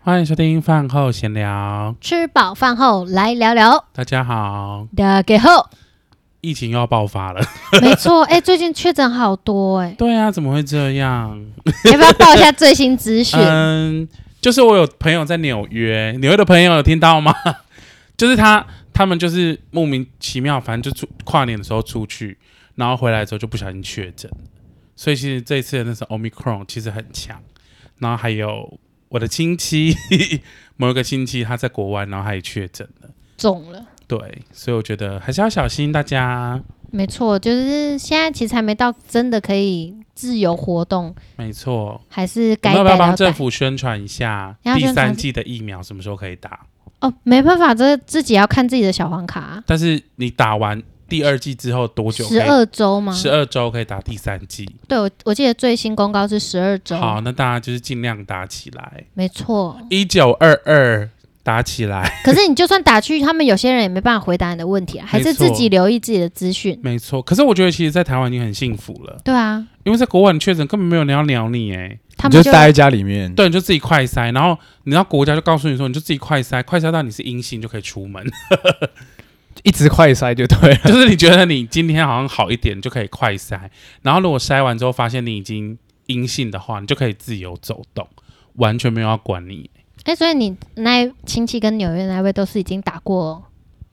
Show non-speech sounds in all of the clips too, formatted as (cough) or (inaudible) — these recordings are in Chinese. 欢迎收听饭后闲聊。吃饱饭后来聊聊大家好，的给后，疫情又要爆发了。没 (laughs) 错，哎、最近确诊好多哎、对啊，怎么会这样？ (laughs) 要不要报一下最新资讯？嗯，就是我有朋友在纽约，纽约的朋友有听到吗？ (laughs) 就是他，他们就是莫名其妙，反正就出跨年的时候出去，然后回来之后就不小心确诊，所以其实这一次的那是 Omicron 其实很强。然后还有我的亲戚， (laughs) 某一个亲戚他在国外，然后他也确诊了。中了，对，所以我觉得还是要小心大家。没错，就是现在其实还没到真的可以自由活动，没错，还是我该们要不带要要帮带政。府宣传一下要第宣传三季的疫苗什么时候可以打？哦，没办法，这自己要看自己的小黄卡啊、但是你打完第二季之后多久可十以？二周吗？十二周可以打第三季。对，我我记得最新公告是十二周，好，那大家就是尽量打起来，没错。一九二二打起来，可是你就算打去，他们有些人也没办法回答你的问题啊，还 (laughs) 没是错自己留意自己的资讯。没错。可是我觉得其实，在台湾已经很幸福了，对啊，因为在国外你确诊根本没有人要鸟你、哎，他你们就待在家里面。对，你就自己快筛，然后你知道国家就告诉你说，你就自己快筛，快筛到你是阴性就可以出门，一直快塞就对 (laughs) (laughs) 了。就是你觉得你今天好像好一点，你就可以快筛，然后如果筛完之后发现你已经阴性的话，你就可以自由走动，完全没有要管你，哎、所以你那一亲戚跟纽约那位都是已经打过，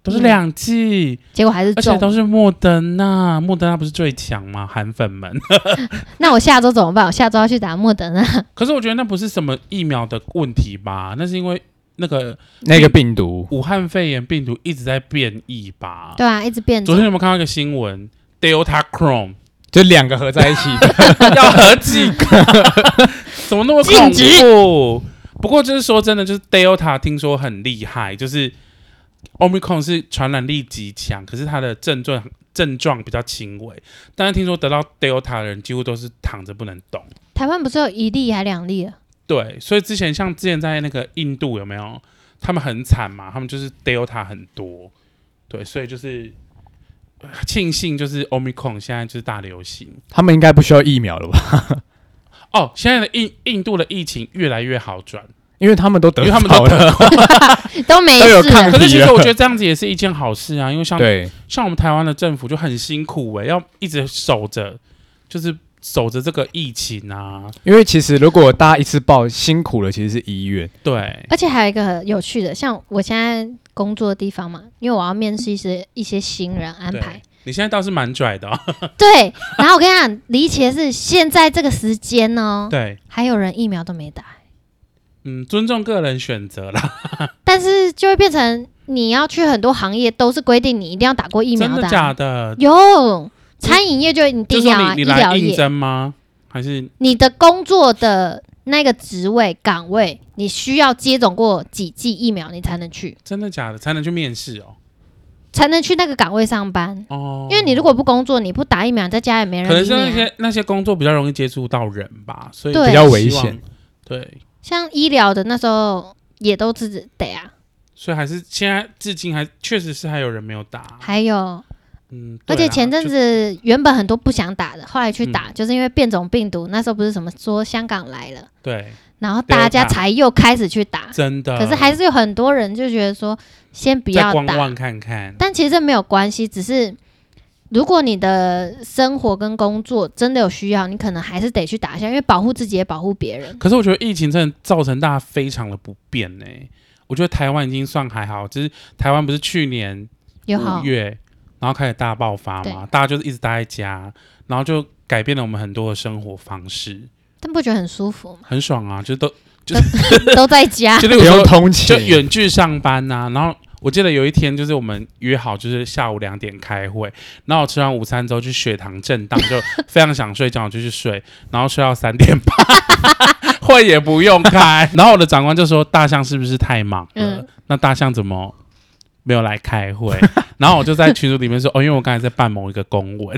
都是两剂。结果还是而且中。都是莫德纳，莫德纳不是最强吗？韩粉们。 (laughs) 那我下周怎么办？我下周要去打莫德纳。可是我觉得那不是什么疫苗的问题吧？那是因为那个那个病毒，武汉肺炎病毒一直在变异吧？对啊，一直变昨种。天有没有看到一个新闻？Delta Chrome 就两个合在 (laughs) 一起的，要合几个？怎么那么恐禁止怖？不过就是说真的，就是 Delta 听说很厉害，就是 Omicron 是传染力极强，可是它的症状症状比较轻微。但是听说得到 Delta 的人几乎都是躺着不能动。台湾不是有一例还两例了？对，所以之前像之前在那个印度有没有？他们很惨嘛，他们就是 Delta 很多，对，所以就是呃庆幸就是 Omicron 现在就是大流行他们应该不需要疫苗了吧？哦。现在的印印度的疫情越来越好转，因为他们都得因为他们好都了。得过。都没都有事啊抗了可体是其实我觉得这样子也是一件好事啊，因为像啊对，像我们台湾的政府就很辛苦诶、要一直守着，就是守着这个疫情啊。因为其实如果大家一次报，辛苦了其实是医院，对，而且还有一个很有趣的，像我现在工作的地方嘛，因为我要面试一些一些新人安排对。你现在倒是蛮拽的、哦，对，然后我跟你讲，离奇的是现在这个时间呢，对，还有人疫苗都没打，嗯，尊重个人选择啦。但是就会变成你要去很多行业都是规定你一定要打过疫苗真的啊假的？有餐饮业就一就定说要、啊、你你医疗来应业，征吗？还是你的工作的那个职位岗位，你需要接种过几剂疫苗，你才能去，真的假的才能去面试哦？才能去那个岗位上班。哦，因为你如果不工作，你不打疫苗，在家也没人可能理是那你、啊。些那些工作比较容易接触到人吧，所以对比较危希望险。对，像医疗的那时候也都是得啊，所以还是现在至今还确实是还有人没有打，还有，嗯，而啊对且啦前阵就嗯子原本很多不想打的，后来去打，就是因为变种病毒，那时候不是什么说香港来了，对，啊然后大家 Delta 才又开始去打，真的，可是还是有很多人就觉得说先不再要呃观打，望看看。但其实这没有关系，只是如果你的生活跟工作真的有需要，你可能还是得去打一下，因为保护自己也保护别人。可是我觉得疫情真的造成大家非常的不便呢、我觉得台湾已经算还好，就是台湾不是去年有好五，月，然后开始大爆发嘛，对大家就是一直待在家，然后就改变了我们很多的生活方式，但不觉得很舒服吗？很爽啊！ (laughs) 就是都都在 (laughs) 家，就例不如用说通就勤，远距上班呐、然后我记得有一天就是我们约好就是下午两点开会，然后我吃完午餐之后去血糖震荡， (laughs) 就非常想睡觉，我就去睡，然后睡到三点半， (laughs) 会也不用开。然后我的长官就说：“大象是不是太忙了？嗯那大象怎么？”没有来开会，然后我就在群组里面说，哦，因为我刚才在办某一个公文，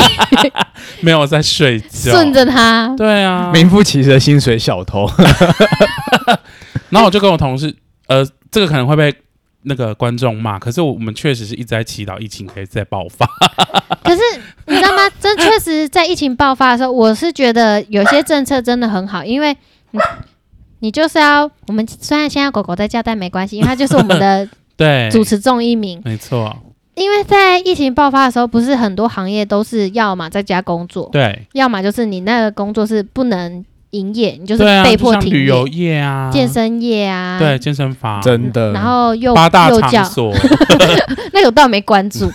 (laughs) 没有我在睡觉，嗯顺着他，对啊，名副其实的薪水小偷。然后我就跟我同事，呃，这个可能会被那个观众骂，可是我们确实是一直在祈祷疫情可以再爆发。可是你知道吗？这确实在疫情爆发的时候，我是觉得有些政策真的很好，因为你嗯你就是要我们虽然现在狗狗在家，但没关系，因为它就是我们的对，主持众一名。没错，因为在疫情爆发的时候，不是很多行业都是要么在家工作，对，要么就是你那个工作是不能营业，你就是对啊，被迫就像停旅业。游业啊，健身业啊，对，健身房，真的。然后幼八大幼场教，所， (laughs) 那个我倒没关注，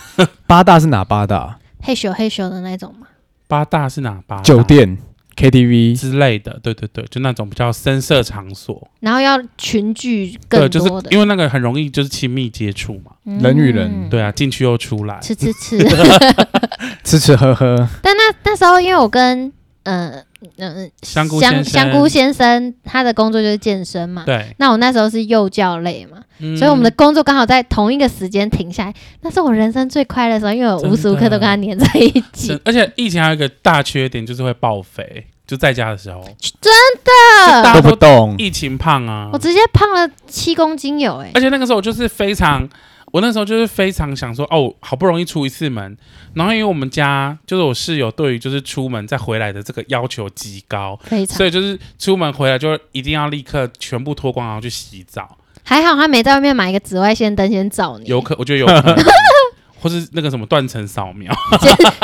八大是哪八大？嘿咻嘿咻的那种嘛。八大是哪八大？酒店、KTV，之类的，对对对，就那种比较深色场所，然后要群聚对，更就是多的，因为那个很容易就是亲密接触嘛，嗯人与人对啊，进去又出来，吃吃吃。 (laughs) 吃吃喝喝，但那那时候，因为我跟呃嗯、呃、香菇先香生香菇先生，他的工作就是健身嘛。对，那我那时候是幼教类嘛，嗯所以我们的工作刚好在同一个时间停下来，那是我人生最快乐的时候，因为我无时无刻都跟他黏在一起真。而且疫情还有一个大缺点就是会爆肥，就在家的时候，嗯真嗯的，都不动，疫情胖啊我，直接胖了七公斤有哎、而且那个时候我就是非常，我那时候就是非常想说，哦，好不容易出一次门，然后因为我们家就是我室友对于就是出门再回来的这个要求极高，非常所。以就是出门回来就一定要立刻全部脱光，然后去洗澡，还好他没在外面买一个紫外线灯先照你，有可我觉得有可能。或是那个什么断层扫描，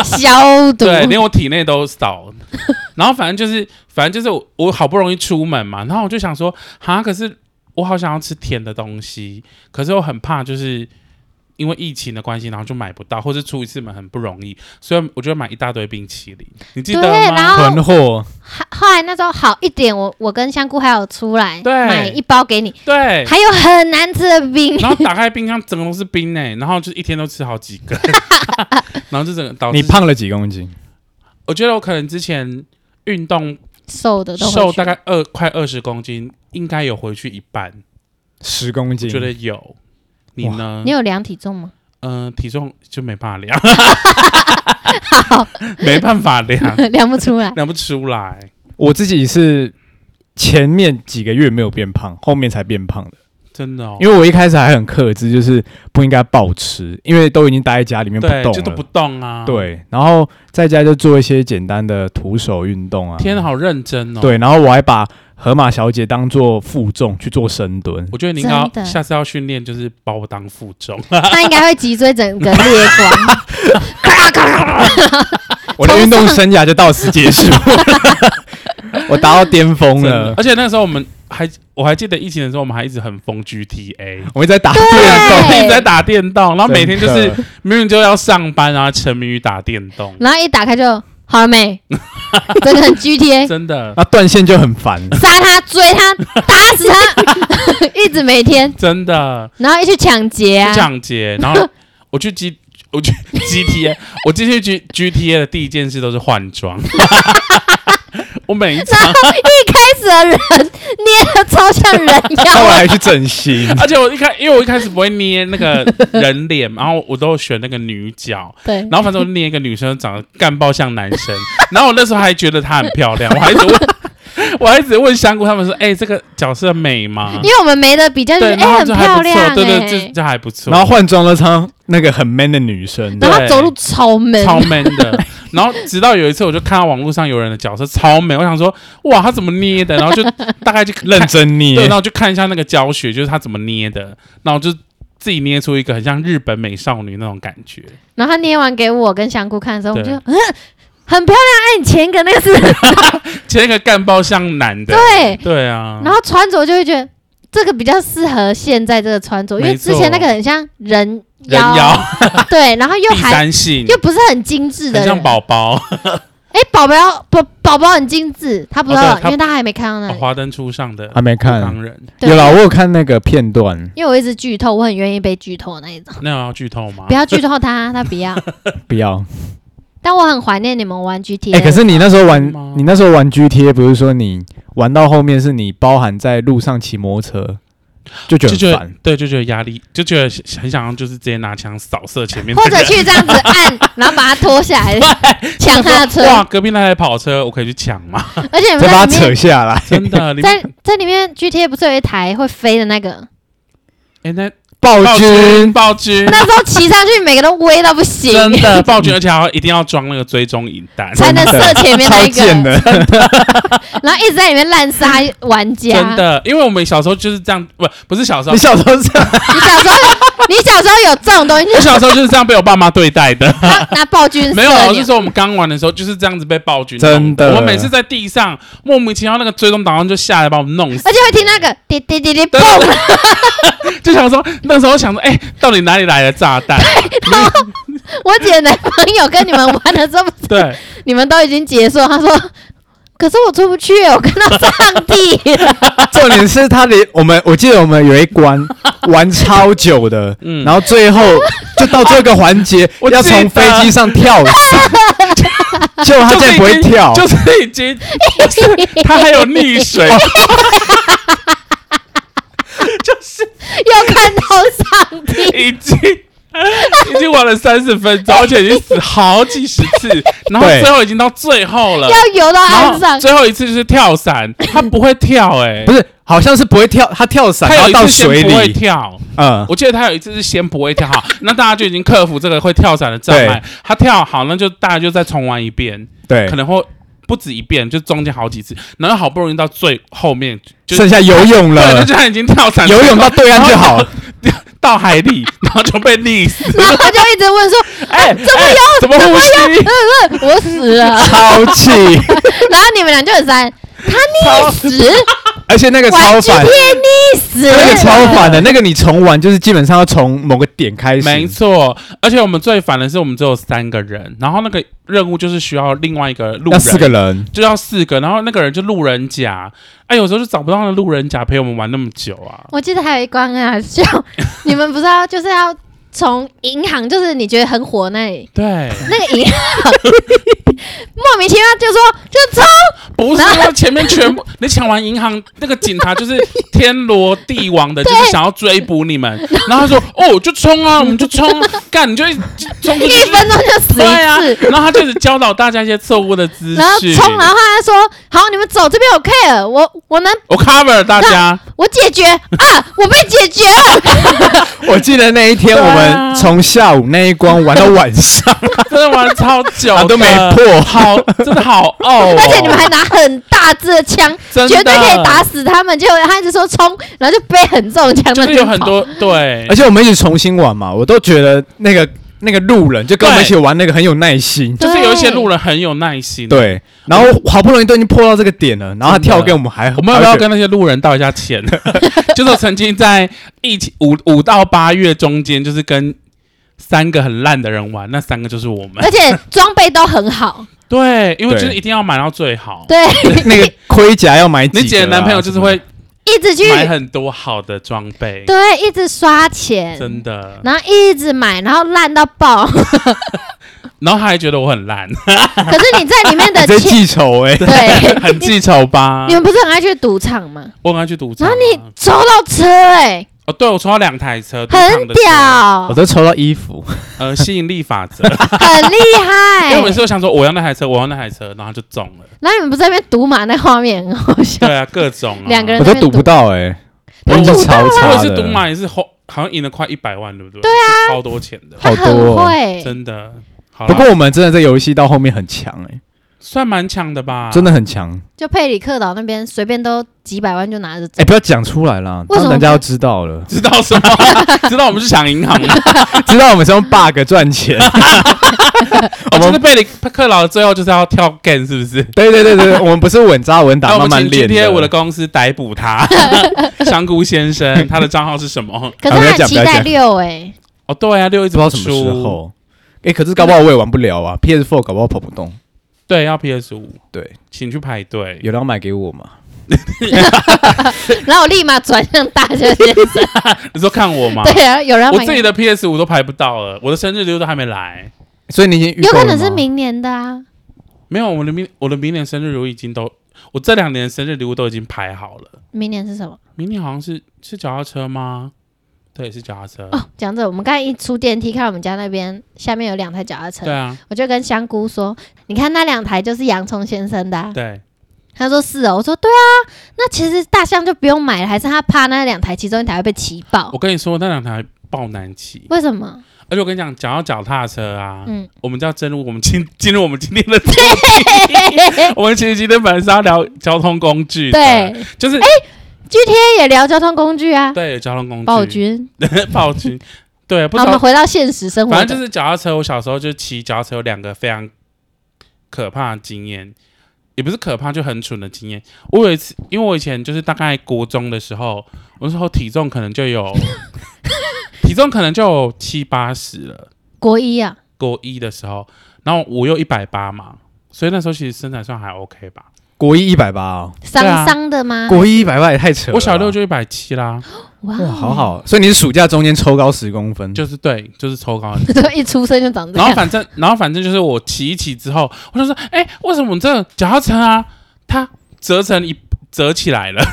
消毒。对，连我体内都扫。 (laughs) 然后反正就是，反正就是我我好不容易出门嘛，然后我就想说，哈，可是我好想要吃甜的东西，可是我很怕就是因为疫情的关系，然后就买不到，或是出一次门很不容易，所以我就买一大堆冰淇淋，你记得对然吗？后囤货，后后来那时候好一点，我我跟香菇还有出来对买一包给你，对，还有很难吃的冰，然后打开冰箱，整个都是冰呢、然后就一天都吃好几 (laughs) 个，然后就整个导致你，胖了几公斤？我觉得我可能之前运动瘦的都回去瘦大概二快二十公斤，应该有回去一半。十公我斤觉，得有。你呢你？有量体重吗？ (laughs) 嗯、体重就没办法量，没办法量，量不 (laughs) 出来。量不出来，我自己是前面几个月没有变胖，后面才变胖的。真的哦。因为我一开始还很克制，就是不应该暴吃，因为都已经待在家里面不对，动就都了不。动啊。，对，然后在家就做一些简单的徒手运动啊。天哪，好认真哦。，对，然后我还把河马小姐当做负重去做深蹲，我觉得你应该要真的下次要训练，就是把我当负重。他应该会脊椎整个裂光。咔咔咔我的运动生涯就到此结束了 (laughs) 我达到巅峰真的了。 (laughs) 而且那时候我们还，我还记得疫情的时候，我们还一直很疯 GTA，我一直在打电对动，一直在打电动，然后每天就是真的明明就要上班，然后沉迷于打电动， (laughs) 然后一打开就好 (laughs) 了没？真的很 GTA，真的那断线就很烦。杀他、追他、打死他， (laughs) 一直每天，真的。然后一去抢劫去 (laughs) 啊，抢劫，然后我去 G，我去 (laughs) GTA，我进去 G GTA 的第一件事都是换装。 (laughs) 我每一场，开始的人捏的超像人 (laughs) 那妖，我啊还去整形，而且我一开，因为我一开始不会捏那个人脸，然后我都选那个女角，对，然后反正我捏一个女生长得干爆像男生，然后我那时候还觉得她很漂亮，我还一直问， (laughs) 我还一直问香菇他们说，哎、这个角色美吗因？为我们没得比较，就是对，然哎后很就还漂不亮错，对对，哎这，这还不错。然后换装了成那个很 man 的女生，然后对走路超闷，超 man 的。然后直到有一次，我就看到网络上有人的角色超美，我想说，哇，他怎么捏的？然后就大概就看 (laughs) 认真对，捏然，后就看一下那个教学，就是他怎么捏的，然后就自己捏出一个很像日本美少女那种感觉。然后他捏完给我跟香菇看的时候，我对们就嗯很漂亮，哎，你前一个那个是 (laughs) 前一个干爆像男的，对，对啊，然后穿着就会觉得这个比较适合现在这个穿着，因为没错之前那个很像人人妖，啊妖 (laughs) 对，然后又第还三性，又不是很精致的很像人。宝宝，哎，宝宝宝宝宝很精致，他不知哦道，对他因为他还没看到那哦里。华灯初上的还没啊看。狼人。对有啦，我有看那个片段，因为我一直剧透，我很愿意被剧透的那一种。那我要剧透吗不？要剧透 (laughs) 他，他不要。不要。但我很怀念你们玩 GTA 哎、的。可是你那时候玩真的吗，你那时候玩 GTA，不是说你玩到后面是你包含在路上骑摩托车，就觉就得觉很得烦。对，就觉得压力，就觉得很想要，就是直接拿枪扫射前面的或人。者去这样子按，然后把他拖下 (laughs) 来，抢他的车。哇，隔壁那台跑车，我可以去抢吗？而且你们再在把它里面扯下来， (laughs) 真的，你们在在里面 GTA 不是有一台会飞的那个？哎、那暴暴君，君，暴君，那时候骑上去，每个都威到不行，真的 (laughs) 暴君，而且还要一定要装那个追踪引弹，才能射前面那超一贱个，的，然后一直在里面滥杀玩家。真的，因为我们小时候就是这样，不不是小时候 (laughs) 你，小时候是这样，你小时候， (laughs) 你小时候有这种东西，就我是小时候就是这样被我爸妈对待 (laughs) 的。拿拿暴君射没有，啊我你是说我们刚玩的时候就是这样子被暴君弄真的我们每次在地上莫名其妙那个追踪导弹就下来把我们弄死，而且会听那个滴滴 (laughs) 滴滴对嘣，就想说那时候想说，哎、到底哪里来的炸弹？ (laughs) 我姐的男朋友跟你们玩的这么， (laughs) 对，你们都已经结束了，他说。可是我出不去，我看到上帝了。重点是他连我们，我记得我们有一关玩超久的，嗯然后最后就到这个环节 (laughs) 我记得要从飞机上 (laughs) 跳伞，结果他就竟是然不会跳，就是已经，就是 (laughs) 他还有溺 (laughs) 水，就是又看到上帝，已经。已经玩了三十分钟，而且已经死好几十 (laughs) 次，然后对最后已经到最后了，要游到岸呃然后上。最后一次就是跳 (laughs) 伞，他不会跳、哎，不是好像是不会跳，他跳伞他有然后一到次先水不会里，跳，嗯，我记得他有一次是先不会跳，好，那大家就已经克服这个会跳伞的障碍。他跳好，那就大家就再重玩一遍，对可，能会不止一遍，就中间好几次，然后好不容易到最后面，就是剩下游泳对，了就，他已经跳伞， (laughs) 游泳到对岸就好了， (laughs) 到海里，然后就被溺死。然后他就一直 (laughs) 问说 (laughs) 呃哎，怎么游？怎么呼吸？：“我死了。超气，”然后你们俩就很烦，他 (laughs) 溺死， (laughs) 而且那个超玩具反，片溺死，那个超反的，那个你重玩就是基本上要从某个点开始，没错，而且我们最烦的是，我们只有三个人，然后那个任务就是需要另外一个路要人，四个人，就要四个，然后那个人就路人甲，哎，有时候就找不到那路人甲陪我们玩那么久啊。我记得还有一关很好笑，你们不知道就是要从银行，就是你觉得很火那里， (laughs) 对，那个银行 (laughs) 莫名其妙就说就冲，不是他前面全部，你抢完银行那个警察就是天罗地网 (laughs) 的，就是想要追捕你们，然后他说哦就冲啊，我们就冲啊，干你就一就冲 (laughs) 进去一分钟就死对啊一次。，然后他就是教导大家一些错误的姿然后势，冲，啊然后他说：“好，你们走，这边有 care，我我能我 cover 大家，我解决啊， (laughs) 我被解决了。我记得那一天我对啊们从下午那一关玩到 (laughs) 晚上，真的玩超久他的，都没破，好，真的好哦，而且你们还拿很大支的枪，真的绝对可以打死他们。结果他一直说冲，然后就背很重的枪，就是有很多对 (laughs) 而，且我们一起重新玩嘛，我都觉得那个那个路人就跟我们一起玩那个很有耐心，就是有一些路人。人很有耐心，。啊对，然后好不容易都已经破到这个点了，然后他跳给我们还，我们要不还要觉得跟那些路人道一下歉？ (laughs) 就是我曾经在疫情五五到八月中间，就是跟三个很烂的人玩，那三个就是我们而。且装备都很好，对，因为对就是一定要买到最好。对，那个 (laughs) 盔甲要买几个啊？你姐的男朋友就是会 (laughs) 一直去买很多好的装备，对，一直刷钱，真的。然后一直买，然后烂到 (laughs) 爆。然后他还觉得我很烂，可是你在里面的你在钱，记仇哎，对， (laughs) 很记仇吧你？们不是很爱去赌场吗？我跟他去赌场然啊。后你抽到车，哎，哦，对我抽到两台车，赌场很的车。屌我，都抽到衣服，呃，吸引力法 (laughs) 则。很厉因为害我。每次都想说我要那台车，我要那台车，然后就中 (laughs) 了。然后你们不是在那边赌马，那画面很好笑 (laughs) 对。啊，各种啊两个人我都赌不到哎，他我赌一直到啊超或者差是赌的，马也是好，好像赢了快一百万，对不对？对啊，超多钱的，好他很多哦。会，真的。好啦不过我们真的这游戏到后面很强哎，算蛮强的吧？，真的很强就佩里克岛那边随便都几百万就拿着走哎，。不要讲出来啦，为什么让人家要知道了知道什么？ (laughs) 知道我们是抢银 (laughs) 行吗？知道我们是用 bug 赚 (laughs) 钱。哦，就是贝里克劳最后就是要跳 game，是不是？对对对对，我们不是稳扎稳那打，我们慢慢请练 G T A 的。我的公司逮捕他， (laughs) 香菇先生，他的账号是什么？可是啊不他要很讲期不要待讲六哎，哦，对啊，六一直不知道不什么时出，候。哎、可是搞不好我也玩不了啊，PS4 搞不好跑不动。对，要 P S 五，对，请去排队。有人要买给我嘛？然后我立马转向大家先生，你说看我吗？对啊，有人要我买自己的 P S 五都排不到了，我的生日礼物都还没来。所以你已经预有购可了能是吗明年的啊。没有，我的明我的明年生日礼物已经都，我这两年的生日礼物都已经排好了。明年是什么？明年好像是是脚踏车吗？对，是脚踏车。哦，讲这，我们刚才一出电梯，看到我们家那边下面有两台脚踏对车，啊，我就跟香菇说：“你看那两台就是洋葱先生的啊、对，他说是哦，我说对啊，那其实大象就不用买了，还是他怕那两台其中一台会被骑爆我？跟你说，那两台爆难骑，为什么？而且我跟你讲，讲到脚踏车啊，嗯，我们就要进入我们今 (laughs) 进入我们今天的主 (laughs) 题。我们其实今天本来是要聊交通工具的，对，哎就是、他也聊交通工具啊，对交通工具暴君。 (laughs) 暴君，对，不好，知我们道，回到现实生活的，反正就是脚踏车。我小时候就骑脚踏车，有两个非常可怕的经验，也不是可怕，就很蠢的经验。我有一次，因为我以前就是大概国中的时候，我那时候体重可能就 (laughs) 有体重可能就有七八十了，国一啊，国一的时候，然后我又一百八嘛，所以那时候其实身材算还 OK 吧。国一一百八哦，对啊桑桑的吗？国一一百八也太扯了吧。我小六就一百七啦，哇哇，好，好，所以你是暑假中间抽高十公分，就是对，就是抽高的。 (laughs) 就一出生就长这然后样。反正，然后反正就是我骑一骑之后，我就说，哎、为什么我这个脚踏车啊，它折成一折起来了？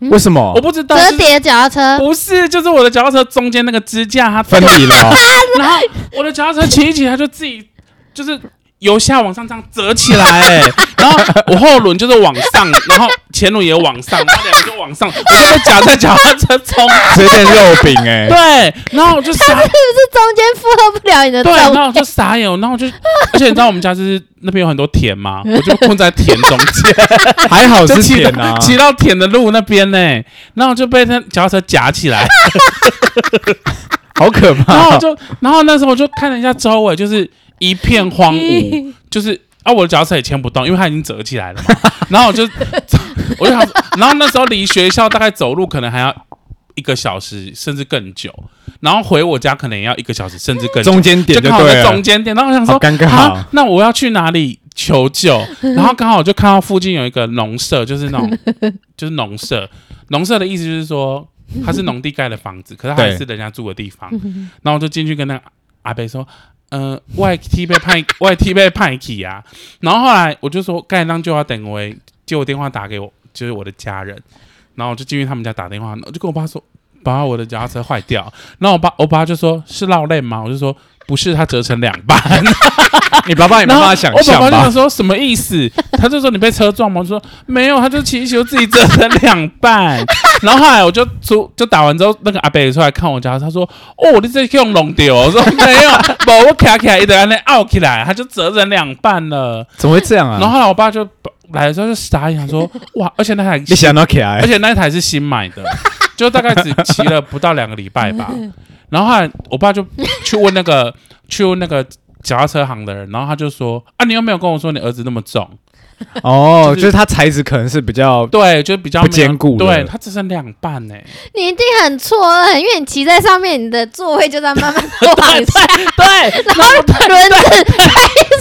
嗯为什么我？不知道，折就是叠脚踏车，不是，就是我的脚踏车中间那个支架它 (laughs) 分离了哦，然后我的脚踏车骑一骑，它就自己就是由下往上这样折起来、欸，然后我后轮就是往上，然后前轮也往上，然后两个就往上，我就被夹在脚踏车中。这件肉饼 (laughs) 哎，对，然后我就傻，这中间负荷不了你的对，重然量，后我就傻眼，然后我就，而且你知道我们家就是那边有很多田嘛，我就困在田中间，还好就是骑甜到啊，骑到田的路那边呢、然后就被那脚踏车夹起 (laughs) 来，好可然后怕我哦。就，然后那时候我就看了一下周围，就是一片荒 (laughs) 芜，就是啊，我的脚踏车也牵不动，因为它已经折起来 (laughs) 了嘛。然后我就， (laughs) 我就想说，然后那时候离学校大概走路可能还要一个小时，甚至更久。然后回我家可能也要一个小时，甚至更久。中间点就就刚好对在了中，间点，然后我想好说，尴尬啊。，那我要去哪里求救？然后刚好就看到附近有一个农舍，就是那种就是农舍，农舍的意思就是说它是农地盖的房子，可是它还对是人家住的地方。然后我就进去跟那个阿伯说。呃，外 T 被派， (laughs) 外 T 被派去啊。然后后来我就说，盖章就要等我，接我电话打给我，就是我的家人。然后我就进去他们家打电话，我就跟我爸说，爸，我的脚踏车坏掉。然后我爸，我爸就说是绕链吗？我就说不是，它折成两半。 (laughs) 你爸爸也没啊然办后法想象我爸爸就吧想？说什么意思？ (laughs) 他就说你被车撞吗？我就说没有，他就骑一骑就自己折成两 (laughs) 半。然后后来我就出就打完之后，那个阿伯也出来看我家，他说哦，你这是用弄丢哦。我说没 (laughs) 有，把我卡起来一直在那拗起来，他就折成两半了。怎么会这样啊？然后后来我爸就来的时候就傻眼，想说哇，而且那台你想到起而来，且那一台是新买的，就大概只骑了不到两个礼拜吧。然后后来我爸就去问那个去问那个脚踏车行的人，然后他就说：“啊，你又没有跟我说你儿子那么重，哦，就就是是它材质可能是比较对，就比较没有不坚固了对，他只剩两半呢、 (laughs) 你一定很错愕，因为你骑在上面，你的座位就在 (laughs) 慢慢地往下，对，然后轮子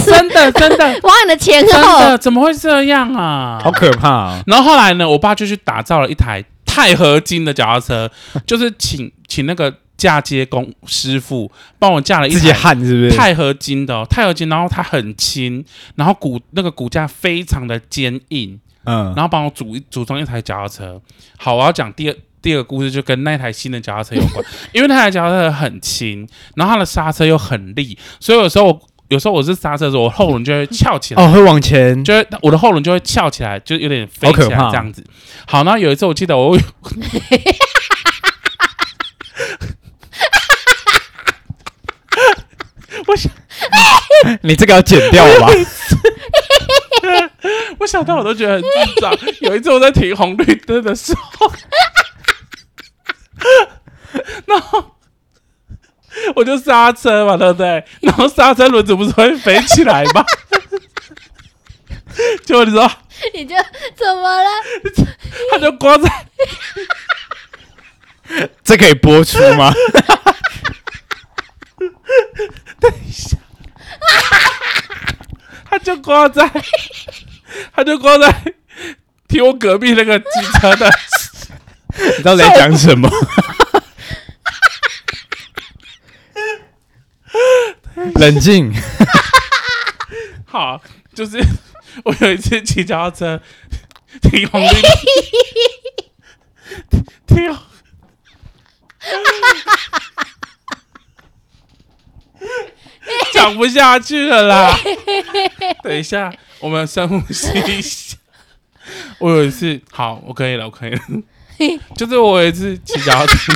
真的真的往你的前真后的，，怎么会这样啊？好可怕啊。然后后来呢，我爸就去打造了一台钛合金的脚踏车，就是请请那个嫁接工师傅帮我架了一自己台焊是不是？钛合金的、哦，钛合金，然后它很轻，然后骨那个骨架非常的坚硬，嗯然，后帮我组一组装一台脚踏车。好，我要讲第二第二个故事，就跟那台新的脚踏车有关，因为那台脚踏车很轻，然后它的刹车又很力，所以有时候我有时候我是刹车的时候，我后轮就会翘起来，哦，会往前，就会我的后轮就会翘起来，就有点飞好可起来怕这样子。好，然后有一次我记得我。你这个要剪掉吧？我想到我都觉得很智障。有一次我在停红绿灯的时候，然后我就刹车嘛，对不对？然后刹车轮子不是会飞起来吗？ (laughs) 结果你知道， (laughs) 你就怎么了？它就挂在，这可以播出 (laughs) 吗？它就挂在，它就挂在停我隔壁那个机车的你到底在讲什 (laughs) 么？冷静，好，就是 (laughs) 我有一次骑脚踏车，停红绿灯，停停红，讲不下去了啦。等一下，我们深呼吸一下。我有一次，好，我可以了，我可以了。就是我有一次骑脚踏车，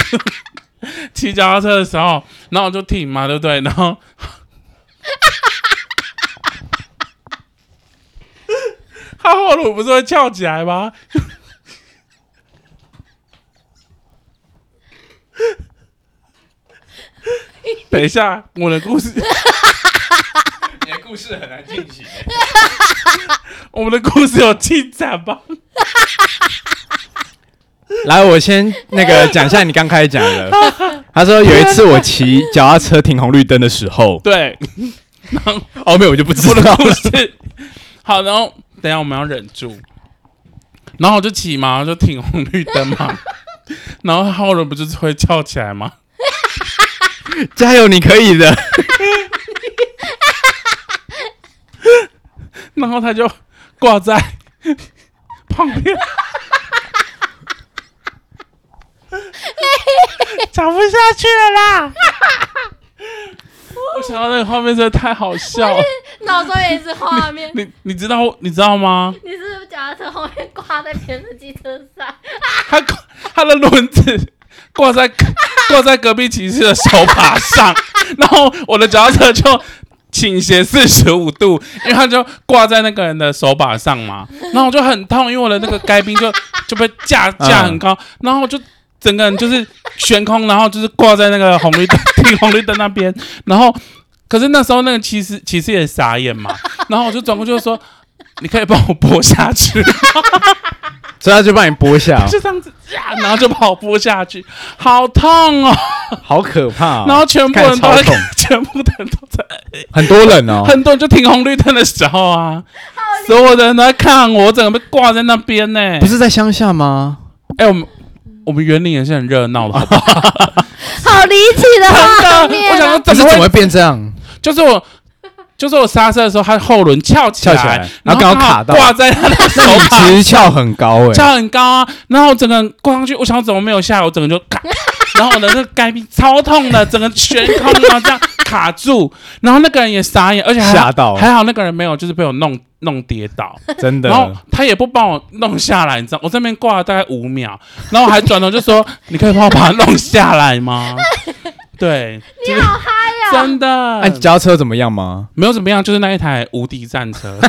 (laughs) 骑脚踏车的时候，然后我就停嘛，对不对？然后，它后轮不是会翘起来吗？ (laughs) 等一下，我的故事，你的故事很难进行。我们的故事有进展吗？来，我先那个讲一下你刚开始讲的。 (laughs) 他说有一次我骑脚踏车停红绿灯的时候， (laughs) 对，哦，没有，我就不知我的道 (laughs) 故事。好，然后等一下我们要忍住，然后我就骑嘛，我就停红绿灯嘛， (laughs) 然后后轮不就是会翘起来吗？加油，你可以的。然后他就挂在旁边，讲不下去了啦。我想到那个画面真的太好笑了，脑中也是画面，你你知道你知道吗？你是不是脚踏车后面挂在别人的机车上？他他的轮子挂在挂在隔壁骑士的手把上， (laughs) 然后我的脚踏车就倾斜四十五度，因为他就挂在那个人的手把上嘛，然后我就很痛，因为我的那个该宾就就被架架很高，然后我就。整个人就是悬空，然后就是挂在那个红绿灯、 (laughs) 停红绿灯那边，然后可是那时候那个骑士骑士也傻眼嘛，然后我就转过去就说：“你可以帮我拨下去。”所以他就帮你拨下，就这样子呀，然后就把我拨下去，好痛哦！好可怕、哦。然后全部人都看在啊超痛， (laughs) 全部的人都在，很多人哦，很多人就停红绿灯的时候啊，所有的人都在看我，我整个被挂在那边呢。不，是在乡下吗？哎，我们我们园林也是很热闹的，啊好不好？好离奇的 (laughs) 画真的，面我想啊说！可怎是么怎么会？会变这样？就是我。就是我刹车的时候，它后轮翘起来，翘起来然然后刚好卡到挂在他的手那你把其实翘很高哎、翘很高啊，然后我整个人挂上去，我想怎么没有下来，我整个就卡，然后我的那个该臂超痛啊的，整个悬空，然后这样卡住，然后那个人也傻眼，而且还好 (laughs) 吓到还好那个人没有就是被我弄弄跌倒，真然后的。他也不帮我弄下来，你知道，我这边挂了大概五秒，然后我还转头就说：“你可以帮我把它弄下来吗？” (laughs) 对，你好嗨哦呀、真的哎，，脚踏车怎么样吗？没有怎么样，就是那一台无敌战车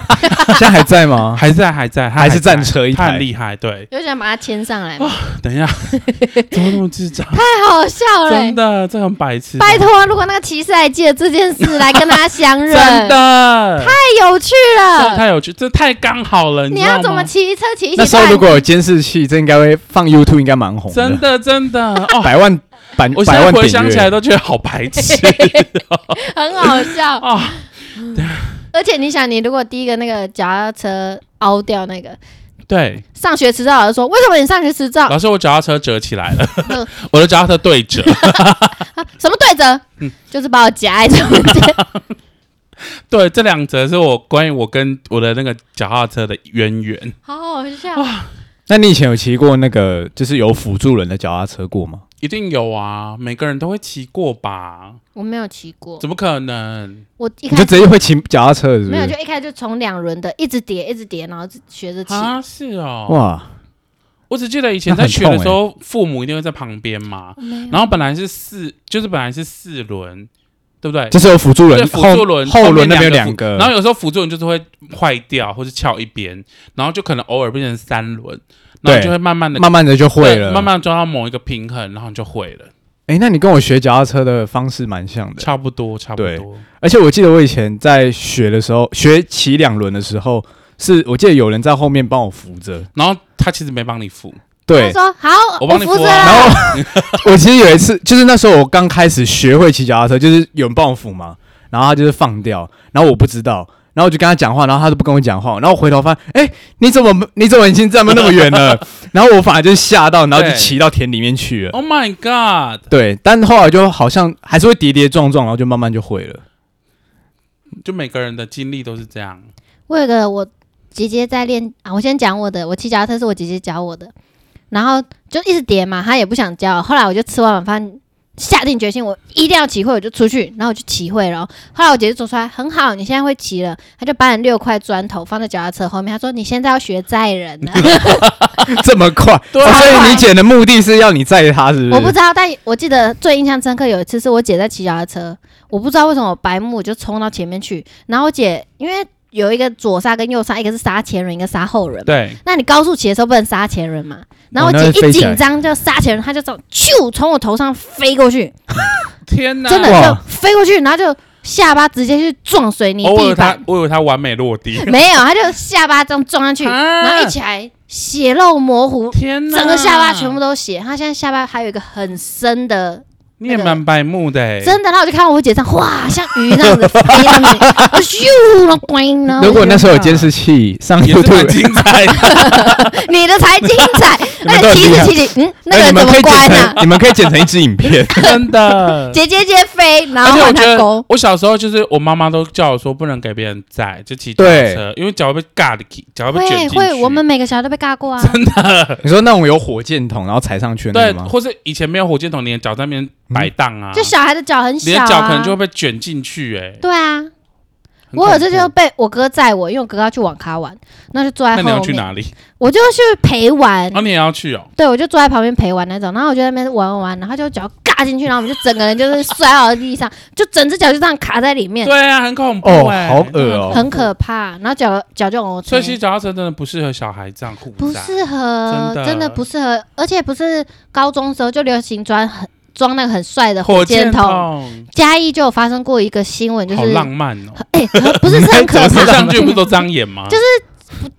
现在还在吗？还在还在，它还是战车一它很台？厉害。对，有想把它牵上来吗，等一下，怎么那么智障？太好笑了欸、真的，这很白痴。拜，托，如果那个骑士还记得这件事，来跟他相 (laughs) 认，真的太有趣这了。太有趣，这太刚好了，你知道要怎么吗？骑车骑一那起时候半？如果有监视器，这应该会放 YouTube，应该蛮红真的， (laughs) 的真的哦，百万版我现百在万回点想起来阅。都觉得好白 (laughs) 痴很好笑。啊！而且你想，你如果第一个那个脚踏车凹掉那个，对，上学迟到老师说，为什么你上学迟到？老师，我脚踏车折起来了嗯， (laughs) 我的脚踏车对折， (laughs) 什么对折？就是把我夹在中间。对，这两则是我关于我跟我的那个脚踏车的渊源。好好笑。那你以前有骑过那个就是有辅助人的脚踏车过吗？一定有啊，每个人都会骑过吧？我没有骑过，怎么可能？我一你开就始直接会骑脚踏车是不？没有，就是一开始就从两轮的一直叠一直叠，然后学着骑。啊，是哦，哇，我只记得以前那在很学的痛欸时候，父母一定会在旁边嘛。哦没有然后本来是四，就是本来是四轮，对不对？就是有辅助对人，辅后助轮后轮那边有面两辅个，然后有时候辅助轮就是会坏掉或是翘一边，然后就可能偶尔变成三轮，然后对就会慢慢的慢慢的就会了。慢慢地抓到某一个平衡，然后你就会了，哎、那你跟我学脚踏车的方式蛮像的，差不多差不对多。而且我记得我以前在学的时候，学骑两轮的时候，是我记得有人在后面帮我扶哦着，然后他其实没帮你扶，他对。说好，我哦我帮你扶扶着啊了。然后我其实有一次，就是那时候我刚开始学会骑脚踏车，就是有人帮我扶嘛，然后他就是放掉，然后我不知道，然后我就跟他讲话，然后他都不跟我讲话，然后我回头发现，哎、你怎么你怎么已经站那么远了？ (laughs) 然后我反而就吓到，然后就对骑到田里面去了。哦 Oh my god！对，但后来就好像还是会跌跌撞撞，然后就慢慢就 (laughs) 会了。就每个人的经历都是这样，我有个我姐姐在练啊，我先讲我的，我骑脚踏车是我姐姐教我的，然后就一直叠嘛，她也不想教。后来我就吃完晚饭下定决心，我一定要骑会，我就出去，然后我就骑会了。后来我姐就走出来，很好，你现在会骑了。她就搬了六块砖头放在脚踏车后面，她说你现在要学载人了、这么快，对哦啊所以你姐的目的是要你载她，是不是？我不知道，但我记得最印象深刻有一次是我姐在骑脚踏车，我不知道为什么我白目我就冲到前面去，然后我姐因为有一个左刹跟右刹，一个是刹前轮，一个刹后轮嘛。对，那你高速骑的时候不能刹前轮嘛？然后哦我那会姐飞一起来紧张就刹前轮，她就这样咻从我头上飞过去，天哪，真的哇就飞过去，然后就下巴直接去撞水泥我以地为他板，，哦我以为他完美落地，没有，她就下巴这样撞上去，啊然后一起来血肉模糊，天哪，整个下巴全部，都血。她现在下巴还有一个很深的你也蛮白目的欸，真的，然后我就看到我姐这样，哇，像鱼那样 (laughs) 子飞上去，我咻，然后咣，然后如果那时候有监视，视器 (laughs) 上也是 YouTube，蛮精彩 (laughs) 的。你的才精 (laughs) 彩，那个骑着骑着，嗯， (laughs) 那个哎人你怎们可么以剪关啊？成，你们可以剪成一支 (laughs) 影片。真的。姐姐姐飞，然而后且我换觉他得勾，我小时候就是我妈妈都叫我说不能给别人载，就骑脚踏对车，因为脚会被尬的，脚会被卷会进去。会，我们每个小孩都被尬过啊，你说那种有火箭筒然后踩上去的那对个，吗？或是以前没有火箭筒，你的脚在那边摆荡啊，嗯就小孩的脚很你的小脚可能啊就，会被卷进去、欸。对啊，很恐怖我有次就被我哥载我，因为我哥要去网咖玩，那就坐在那你要后去面，嗯哪里？我就去陪玩，哦，你也要去哦。对，我就坐在旁边陪玩那种，然后我就在那边玩玩玩，然后就脚尬进去，然后我们就整个人就是摔到地上，就整只脚就这样卡在里面，对啊，很恐怖、哦欸，好恶哦嗯很可怕。然后脚脚就往我所吹以，其实脚踏车真的不适合小孩这样互啊载。不适合真，的真的不适合，而且不是高中时候就流行装很装那个很帅的火箭筒。筒，嘉义就有发生过一个新闻，就好是浪漫哦。哎、不 (laughs) 是是很可偶怕，像剧不是都这样演吗？就是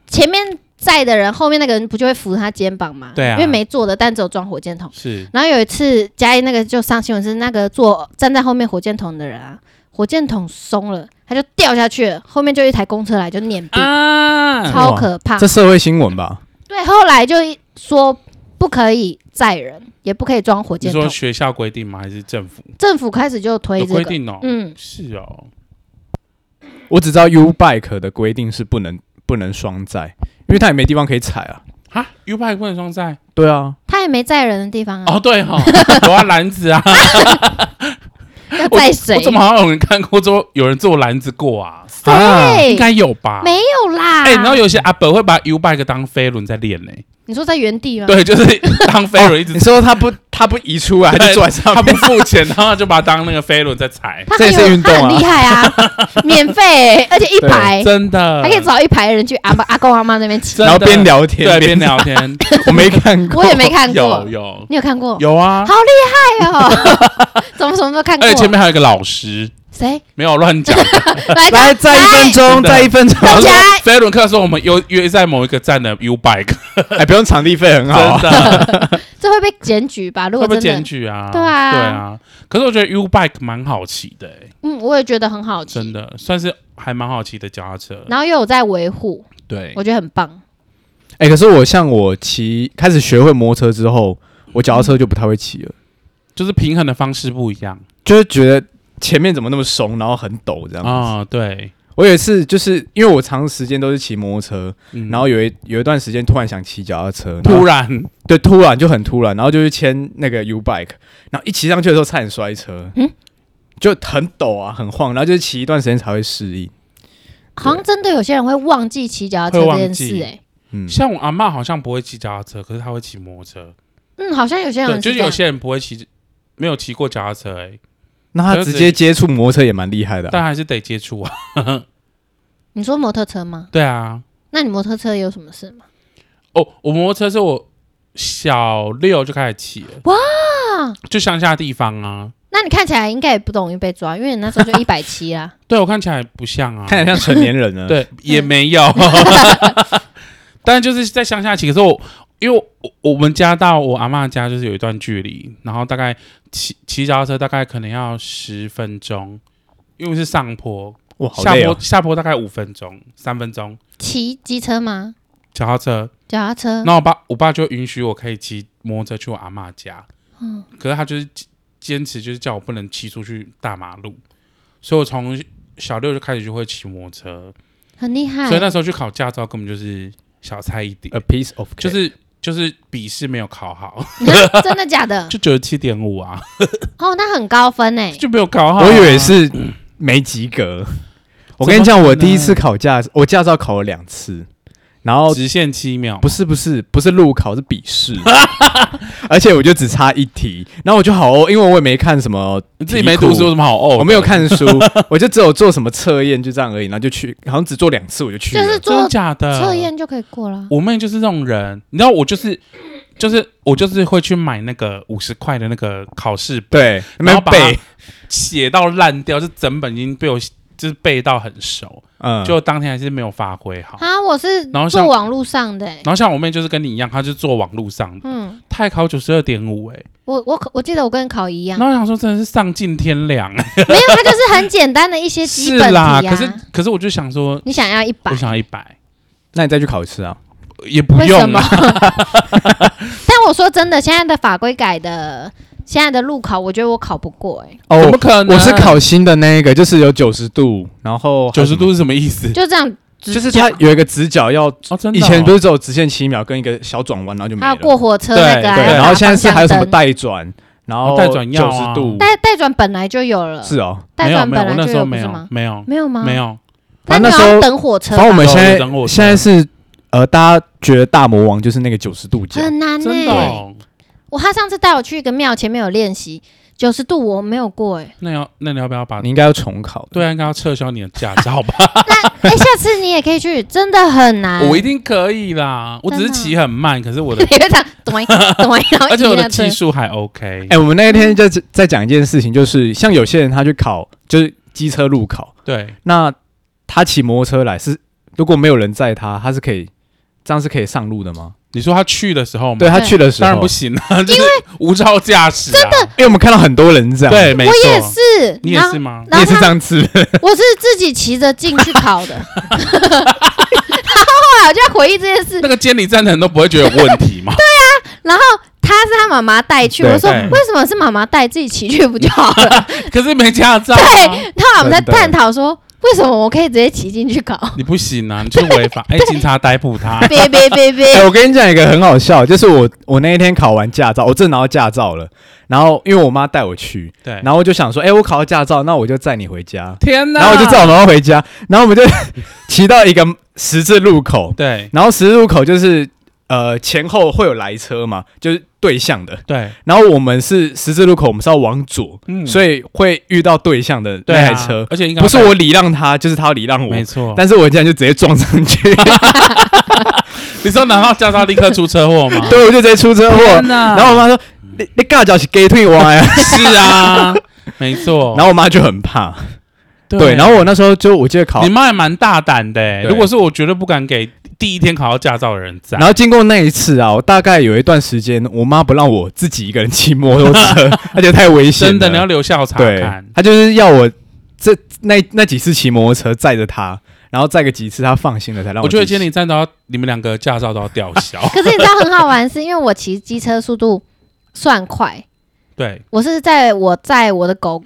前面载的人，后面那个人不就会扶他肩膀吗？对啊因为没坐的，但只有装火箭筒。是然后有一次嘉义那个就上新闻是那个坐站在后面火箭筒的人啊，火箭筒松了，他就掉下去了，后面就一台公车来就碾毙，啊，超可怕这。社会新闻吧？对，后来就说不可以载人，也不可以装火你箭筒说，学校规定吗？还是政府政府开始就推有这规个。定哦？嗯，是哦，我只知道 U Bike 的规定是不能不能双载，因为它也没地方可以踩啊。啊，U 派不能双载对啊，他也没载人的地方啊，哦，对 (laughs) 哈，我要篮子啊，要载谁我？怎么好像有人看过坐有人坐篮子过啊？啊应对，该有吧？没有啦。哎、然后有些阿伯会把 U bike 当飞轮在练呢、你说在原地吗？对，就是 (laughs) 当飞轮一直 (laughs) 你，说他不他不移出来，他就坐在哦他上不面，付 (laughs) 钱，然后他就把它当那个飞轮在踩，他这也很是有，运动他啊很厉害啊， (laughs) 免费欸，而且一对排真的，还可以找一排人去阿爸阿公阿妈那边骑。真的然后边 (laughs) 聊天，对边聊天，我没看过，我也没看过有，有你有看过？有啊，好厉害哦！ (laughs) 怎么什么都看过而且？前面还有一个老师，谁没有乱讲。来来再一分真钟，的再一 (laughs) 分钟，大家飞轮课说我们约约在某一个站的 U bike，哎，不用场地费很好真啊， (laughs) 的这会被检举吧？如会果被真检的，举啊？对啊对啊。可是我觉得 U bike 蛮好骑的、欸，嗯，我也觉得很好真骑，的算是还蛮好骑的脚踏车。然后又有在维护，嗯对，我觉得很棒。哎、可是我像我骑开始学会摩托车之后，我脚踏车就不太会骑了，就是平衡的方式不一样就是觉得前面怎么那么松，然后很陡这样子。啊、对，我有一次就是因为我长时间都是骑摩托车，嗯然后嗯有一有一段时间突然想骑脚踏车，然后突然对突然就很突然，然后就去签那个 U bike，然后一骑上去的时候差点摔车，嗯就很陡啊，很晃，然后就是骑一段时间才会适应。好像真的有些人会忘记骑脚踏车会这忘件事、记哎，嗯，像我阿嬷好像不会骑脚踏车，可是她会骑摩托车。嗯，好像有些人对，就是这样有些人不会骑，没有骑过脚踏车、欸，啊那他直接接触摩托车也蛮厉害的啊、但还是得接触啊。你说摩托车吗？对啊，那你摩托车有什么事吗？哦，我摩托车是我小六就开始骑了，哇，就乡下地方啊。那你看起来应该也不容易被抓，因为你那时 (laughs) 候就一百七啊啦。对我看起来不像啊，看起来像嗯成年人呢。， (laughs) 对，也没有。但就是在乡下骑，可是我因为我我们家到我阿嬷家就是有一段距离，然后大概骑骑脚踏车大概可能要十分钟，因为是上坡，哇，好下累哦坡。下坡大概五分钟，三分钟骑机车吗？脚踏车。脚踏车？那我爸我爸就允许我可以骑摩托车去我阿嬷家，嗯，可是他就是坚坚持就是叫我不能骑出去大马路，所以我从小六就开始就会骑摩托车。很厉害嗯所以。那时候去考驾照根本就是小菜一碟，呃 A piece of cake 就是就是笔试没有考好， (laughs) 真的假的？ (laughs) 就九十七点五啊，哦，那很高分呢。 (laughs) 就没有考好、啊。我以为是没及格。我跟你讲，怎么我可能第一次考驾，我驾照考了两次，然后哦直线七秒，不是不是不是路考是笔试， (laughs) 而且我就只差一题，然后我就好哦，因为我也没看什么，你自己没读书有什么好哦？我没有，看书，我就只有做什么测验就这样而已，然后就去，好像只做两次我就去就是了。真的做假的？测验就可以过了。啊我妹就是这种人，你知道我就是，就是我就是会去买那个五十块的那个考试本，对，没然有后把它背，写到烂掉，就整本已经被我就是背到很熟，嗯，就当天还是没有发挥好。啊，我是然后像做网络上的欸。然后像我妹就是跟你一样，她就做网路上的，嗯，她还考九十二点五哎，我我我记得我跟考一样然，后我想说真的是丧尽天良哎，没有，它就是很简单的一些基是本题啦，啊。可是可是我就想说，你想要一百我，想要一百那你再去考一次啊。也不为什用 (laughs) 么啊，？但我说真的，现在的法规改的，现在的路考，我觉得我考不过哎、哦，怎么我可能？我是考新的那一个，就是有九十度，然后九十度，是什么意思？就这样直就角，是它有一个直角要，哦，真的以哦、前不是只有直线七秒跟一个小转弯，然后就没还有了。过火车那个、啊，对对，然后现在是还有什么带带转，然后哦带转要九啊十度，带带转本来就有了，是哦。带没有转没有，本我来那就时候啊不没是有吗？嗯没有没有吗？没，有，但你反正那时候要等火车反正我吧，们现有人在我现在是呃，大家觉得大魔王就是那个九十度角，很难呢、真的、哦。我他上次带我去一个庙，前面有练习九十度，我没有 (laughs) 过哎、那要那你要不要把你应该要重考。 (laughs) 对啊，应该要撤销你的驾照吧？哎、下次你也可以去，真的很难。 (laughs) 我一定可以啦，我只是啊真的哦骑很慢，可是我的 (laughs) 你会这样咚一咚一，然后 (laughs) 而且我一的直这技样术还 OK (laughs) 哎、。我们那一天在在讲一件事情，就是像有些人他去考就是机车路考，对，那他骑摩托车来是如果没有人载他，他是可以这样是可以上路的吗？你说他去的时候吗？对他对去的时候，当然不行啊，就是无照驾驶啊。因为我们看到很多人这样，对，没我也错，是，你也然后是吗？你然也后是他这样子。我是自己骑着进去考的。然 (laughs) 后后来我就在回忆这件事那，个监理站的人都不会觉得有问题 (laughs) 吗？然后他是他妈妈带去，对我说对为什么是妈妈带自己骑去不就好了？ (laughs) 可是没驾照啊，然后我们在真的探讨说，为什么我可以直接骑进去考？。你不行啊，你去违法， (laughs) 哎，警察逮捕他别别别哎、别！。我跟你讲一个很好笑，就是我我那一天考完驾照，我正拿到驾照了，然后因为我妈带我去，对，然后我就想说，哎、我考到驾照，那我就载你回家，天哪！然后我就载我妈妈回家，然后我们就 (laughs) 骑到一个十字路口，对然后十字路口就是呃前后会有来车嘛，就是对向的，对，然后我们是十字路口，我们是要往左，嗯所以会遇到对向的对那啊台车，而且应该不是我礼让他，就是他要礼让我。没错。但是我竟然就直接撞上 (laughs) 去，你说拿到驾照立刻出车祸吗？ (laughs) 对，我就直接出车祸。天哪，然后我妈说：“你你尬脚是 gay 退 (laughs) 歪啊是 (laughs) 啊，没！”错。然后我妈就很怕，对。然后我那时候就我记得考你，妈也蛮大胆的、欸，对如果是我，绝对不敢给第一天考到驾照的人赞然。后经过那一次啊，我大概有一段时间，我妈不让我自己一个人骑摩托 (laughs) 车，而且太危险了。真的，你要留校查对看，。她就是要我这那那几次骑摩托车载着她，然后载个几次她放心了才让我觉得自己监骑。理站都要，你们两个驾照都要吊销可是你知道很好玩，是因为我骑机车速度算快，对，我是在我在我的狗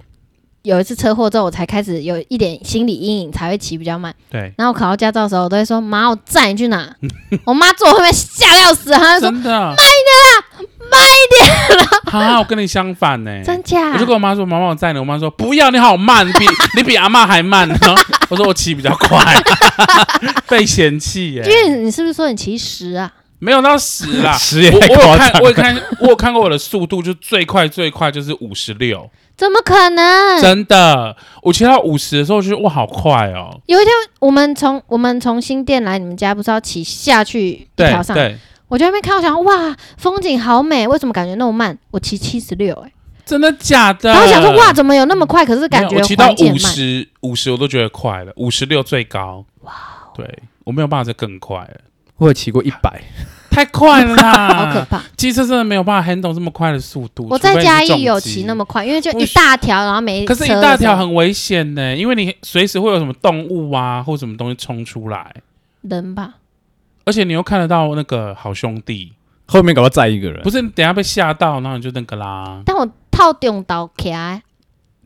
有一次车祸之后，我才开始有一点心理阴影，才会骑比较慢。对，然后我考到驾照的时候，我都会说妈，我载你去哪？ (laughs) 我妈坐我后面吓得要死，她就说真的，慢一点啦，慢一点啦。啊，我跟你相反呢、 (laughs) 真啊假我？就跟我妈说：“妈妈，我载你。”我妈说：“不要，你好慢，你 (laughs) 比你比阿妈还慢。”然后 (laughs) 我说：“我骑比较快。” (laughs) 被嫌弃耶、因为你是不是说你骑十啊？没有到十啦 (laughs) 十也我太我有夸看，我张了有看，我有看过我的速度，就最快最快就是五十六，怎么可能？真的，我骑到五十的时候，我就觉得哇，好快哦！有一天，我们从我们从新店来你们家，不是要骑下去一对条上来？对，我就在那边看，我想哇，风景好美，为什么感觉那么慢？我骑七十六，哎，真的假的？然后我想说哇，，怎么有那么快？可是感我觉骑到缓解五慢。十五十我都觉得快了，五十六最高。哦哇，对我没有办法再更快了，我有骑过一百，太快了 (laughs) 好可啦！怕！机车真的没有办法 handle 这么快的速度。我除非在你嘉是重义有机骑那么。快，因为就我一大条，然后没可是，一车的大时条候很危险呢，因为你随时会有什么动物啊，或什么东西冲出来，人吧？而且你又看得到那个好兄弟，后面搞到载一个人不。是？你等一下被吓到，然后你就那个啦。但我套顶刀开，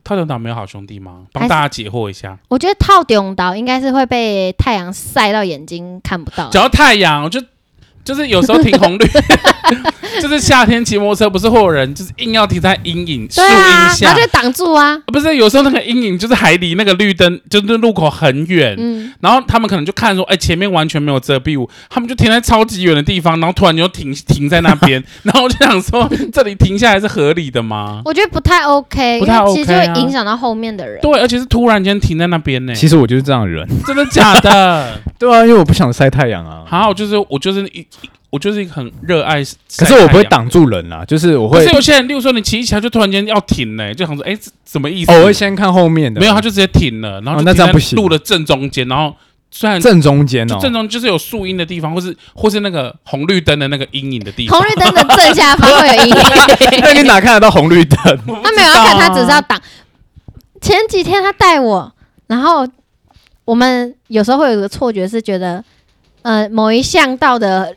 套头党没有好兄弟吗？还帮是大家解惑一下。我觉得套顶刀应该是会被太阳晒到眼睛看不到。只要太阳，我就就是有时候停 (laughs) 红绿， (laughs) 就是夏天骑摩托车不是会有人就是硬要停在阴影树对啊荫，然下后，就挡住啊，不是有时候那个阴影就是还离那个绿灯就是路口很远，嗯，然后他们可能就看说，哎、前面完全没有遮蔽物，他们就停在超级远的地方，然后突然就停停在那 (laughs) 边，然后我就想说，这里停下来是合理的吗？我觉得不太 OK，不太因为其实就 OK 啊会影响到后面的人。对，而且是突然间停在那边呢、其实我就是这样的人，真的假的？ (laughs) 对啊，因为我不想晒太阳啊。好，我就是我就是一我就是一个很热爱，可是我不会。挡住人啊，就是我可会是有些人，例如说你骑一骑，他就突然间要停呢、就想说，哎、这什么意思？哦，我会先看后面的，没有，他就直接停了，然后哦就那这停样在不行路的正中间，然后虽然正中间就哦，正中就是有树荫的地方，或是或是那个红绿灯的那个阴影的地方。红绿灯的正下方会 (laughs) 有阴影， (laughs) 那你哪看得到红绿灯？ (laughs) 他没有要看，他只是要挡。啊前几天他带我，然后我们有时候会有个错觉，是觉得呃某一巷道的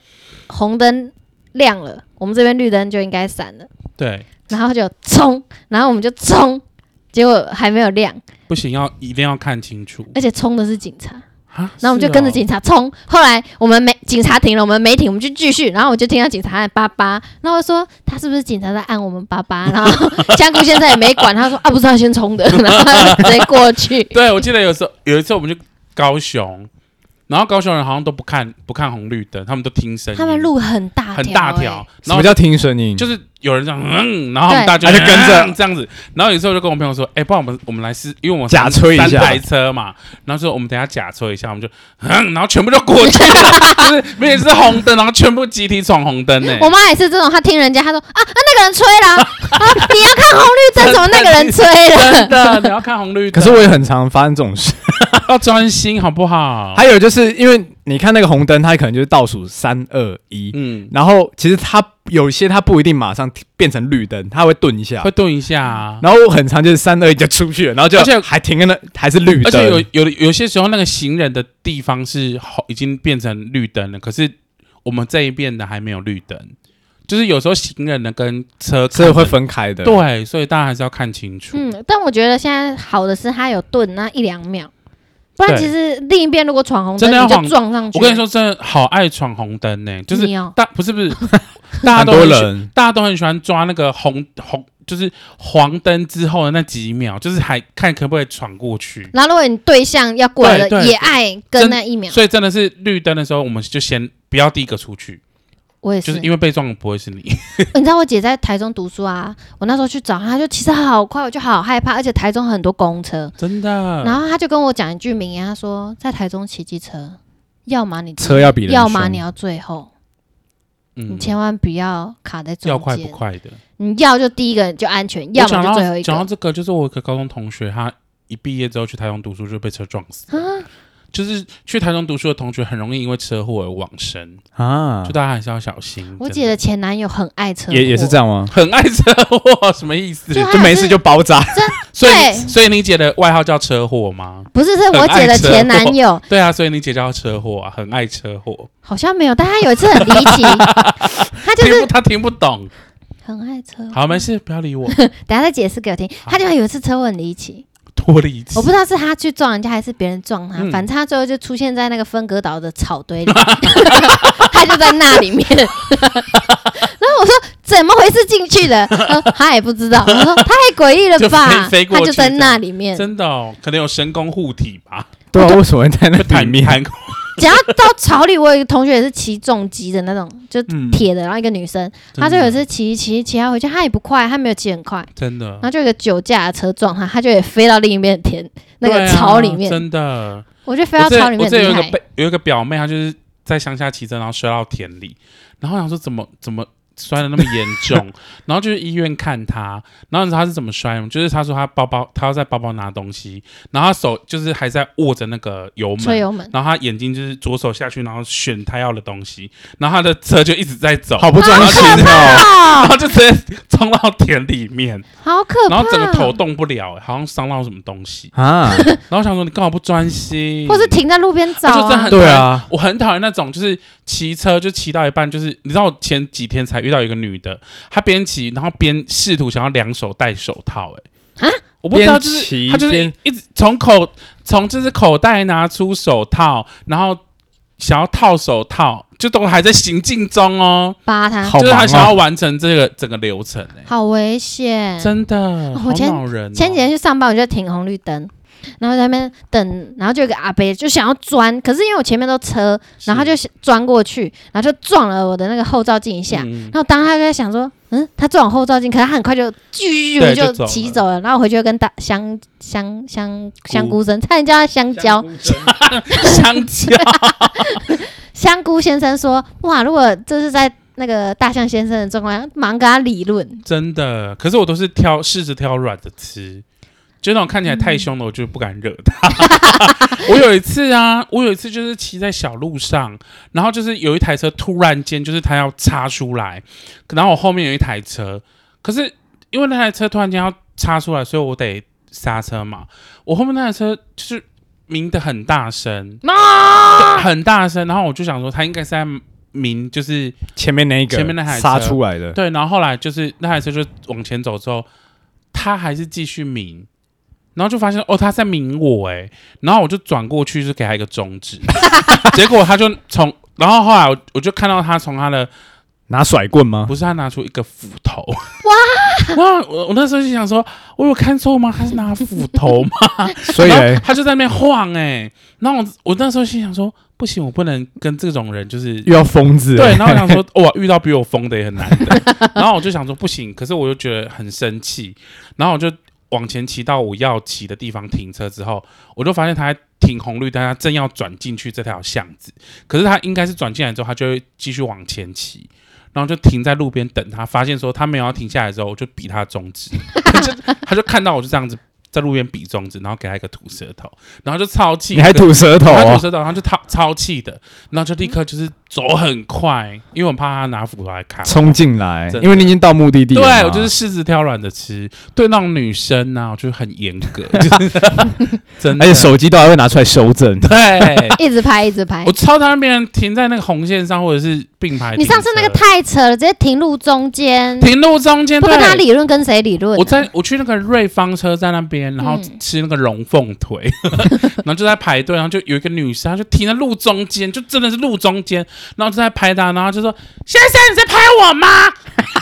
红灯亮了，我们这边绿灯就应该闪了，对，然后就冲，然后我们就冲，结果还没有亮，不行，要一定要看清楚。而且冲的是警察，啊然后我们就是跟着哦警察冲。后来我们没警察停了，我们没停，我们就继续。然后我就听到警察按叭叭，然后我说他是不是警察在按我们叭叭？(laughs) 然后香菇先生也没管，他说啊不是他先冲的，然后他就直接过去。哦对，我记得有时候有一次我们去高雄，然后高雄人好像都不看不看红绿灯，他们都听声音，他们路很大、欸很大条，，什然么后叫听声音？就是是有人这样，嗯，然后他们对大家他就跟着嗯这样子，然后有时候就跟我朋友说，哎，不然我们我们来试，因为我们假三吹一下三台车嘛，然后说我们等一下假吹一下，我们就嗯，然后全部就过去了， (laughs) 就是明明是红灯，然后全部集体闯红灯呢。我妈也是这种，她听人家她说啊啊那个人吹啦，啊你要看红绿灯，怎么那个人吹真了？的，你要看红绿可灯，是我也很常发生这种事。哦要专心好不好？还有就是因为你看那个红灯，它可能就是倒数三二一，嗯，然后其实它有些它不一定马上变成绿灯，它会顿一下会。顿一下啊。然后我很常就是三二一就出去了，然后就而且还停在那，还是绿而灯。且有有的有些时候，那个行人的地方是红，已经变成绿灯了，可是我们这一边的还没有绿灯，就是有时候行人的跟车所以会看分开的。的对，所以大家还是要看清楚。 (laughs) 嗯，但我觉得现在好的是他有顿那一两秒，不然对其实另一边如果闯红灯，真的要你就晃撞上去。我跟你说，真的好爱闯红灯呢、就是你哦大不是不是，啊大家很都多很喜人大家都很喜欢抓那个红红，就是黄灯之后的那几秒，就是还看可不可以闯过去。然后如果你对象要过来对了，对也爱跟那一秒，所以真的是绿灯的时候，我们就先不要第一个出去，我也。就是是因为被撞的不会是你。 (laughs) 你知道我姐在台中读书啊，我那时候去找她，她就其实好快，我就好害怕，而且台中很多公车，真的。然后她就跟我讲一句名言，她说在台中骑机车，要么你第一车要比人要么凶你要最后，你嗯，千万不要卡在中间，要快不快的。你要就第一个就安全，我要讲么就最后到一讲到个。这个，就是我有一个高中同学，他一毕业之后去台中读书就被车撞死。啊就是去台中读书的同学很容易因为车祸而往生，啊就，大家还是要小心。我真姐的前男友很爱车，也也是这样，样吗？很爱车祸，什么意思？就他就没事就包扎，所以对所以你姐的外号叫车祸吗？不是是我姐的前男友，对啊，所以你姐叫车祸啊，很爱车祸。好像没有，但她有一次很离 (laughs) 奇，她就听是不他听不懂，很爱车。好没事，不要 (laughs) 理我，等一下再解释给我听。他就有一次车祸很离奇，多理解我。不知道是他去撞人家还是别人撞他，嗯反正他最后就出现在那个分隔岛的草堆里， (laughs) 他就在那里面。 (laughs) 然后我说怎么回事进去的，他说他也不知道。我说太诡异了吧，就飞飞过他去就在那里面。真的哦，可能有神功护体吧，对啊，为什么会在那 (laughs) 里弹面？弹只要到草里，我有一个同学也是骑重机的那种，就嗯铁的，然后一个女生，她就有一次骑一骑骑她回去，她也不快，她没有骑很快，真的然，后就有一个酒驾的车撞她，她就也飞到另一边的田那个对啊草里面，真的。我觉得飞我到这草里面我这有很厉一个害。被有一个表妹，她就是在乡下骑车，然后摔到田里，然后我想说怎么怎么摔的那么严重， (laughs) 然后就去医院看她，然后你知道她是怎么摔吗？就是她说她包包，她要在包包拿东西，然后她手就是还在握着那个油吹门。油门，然后她眼睛就是左手下去，然后选她要的东西，然后她的车就一直在走，好不专心哦。 (laughs) 然哦，后就直接冲到田里面，好可怕！哦然后整个头，动不了、欸好像伤到什么东西。 (laughs) (laughs) 啊，然后我想说你干嘛不专心，或是停在路边找、就真的啊很，对啊，我很讨厌那种，就是骑车就骑到一半，就是你知道，我前几天才遇到一个女的，她边骑然后边试图想要两手戴手套、哎啊，我不知道，边就是骑她就是边一直从口从就是口袋拿出手套，然后想要套手套，就都还在行进中哦，扒他，好就是他忙哦想要完成这个整个流程哎、好危险。真的，好嗯我前恼人、哦。前几天去上班，我就停红绿灯，然后在那边等，然后就有个阿伯就想要钻，可是因为我前面都车，是然后他就钻过去，然后就撞了我的那个后照镜一下。嗯然后当他就在想说，嗯，他撞我后照镜，可是他很快就啾对就就走骑了走了。然后我回去就跟大香香香香菇生，差点叫他香蕉，香蕉， (laughs) 香菇先生说：“哇，如果这是在那个大象先生的状况下，忙跟他理论。真的。可是我都是挑试着挑软的吃，就那种看起来太凶的，我就不敢惹他。 (laughs) 我有一次啊，我有一次就是骑在小路上，然后就是有一台车突然间就是他要插出来，然后我后面有一台车，可是因为那台车突然间要插出来，所以我得刹车嘛。我后面那台车就是鸣得很大声，对很大声，然后我就想说他应该是在鸣，就是。前面那一个前面那台车杀出来的，对，然后后来就是那台车就往前走之后，他还是继续抿，然后就发现哦他在抿我哎、然后我就转过去就给他一个中 (laughs) 指，结果他就从，然后后来我我就看到他从他的拿甩棍吗？不是他拿出一个斧头哇，然后我我那时候就想说我有看错吗？他是拿斧头吗？所以然后嘞他就在那边晃哎、然后我我那时候心想说不行，我不能跟这种人就是又要疯子，对，哎然后我想说，哇，遇到比我疯的也很难的。然后我就想说不行，可是我又觉得很生气，然后我就往前骑到我要骑的地方停车之后，我就发现他在停红绿灯，他正要转进去这条巷子，可是他应该是转进来之后，他就会继续往前骑。然后就停在路边等他，发现说他没有要停下来之后，我就比他中指， (laughs) 他就他就看到我就这样子在路边比中指，然后给他一个吐舌头，然后就超气，你还吐舌头他啊吐？舌头，然后就超超气的，然后就立刻就是走很快，因为我怕他拿斧头来砍我。冲进来真，的因为你已经到目的地了对嘛。我就是柿子挑软的吃，对那种女生呢、我就很严格， (laughs) 就是真的。。(laughs) 而且手机都还会拿出来修正对，一直拍，一直拍啊我。超讨厌别人停在那个红线上或者是并排停车。你上次那个太扯了，直接停路中间，停路中间，不跟他对。理论，跟谁理论啊？我在我去那个瑞芳车站那边，然后嗯吃那个龙凤腿， (laughs) 然后就在排队，然后就有一个女生，她就停在路中间，就真的是路中间，然后就在拍她，然后就说：“先生，你在拍我吗？”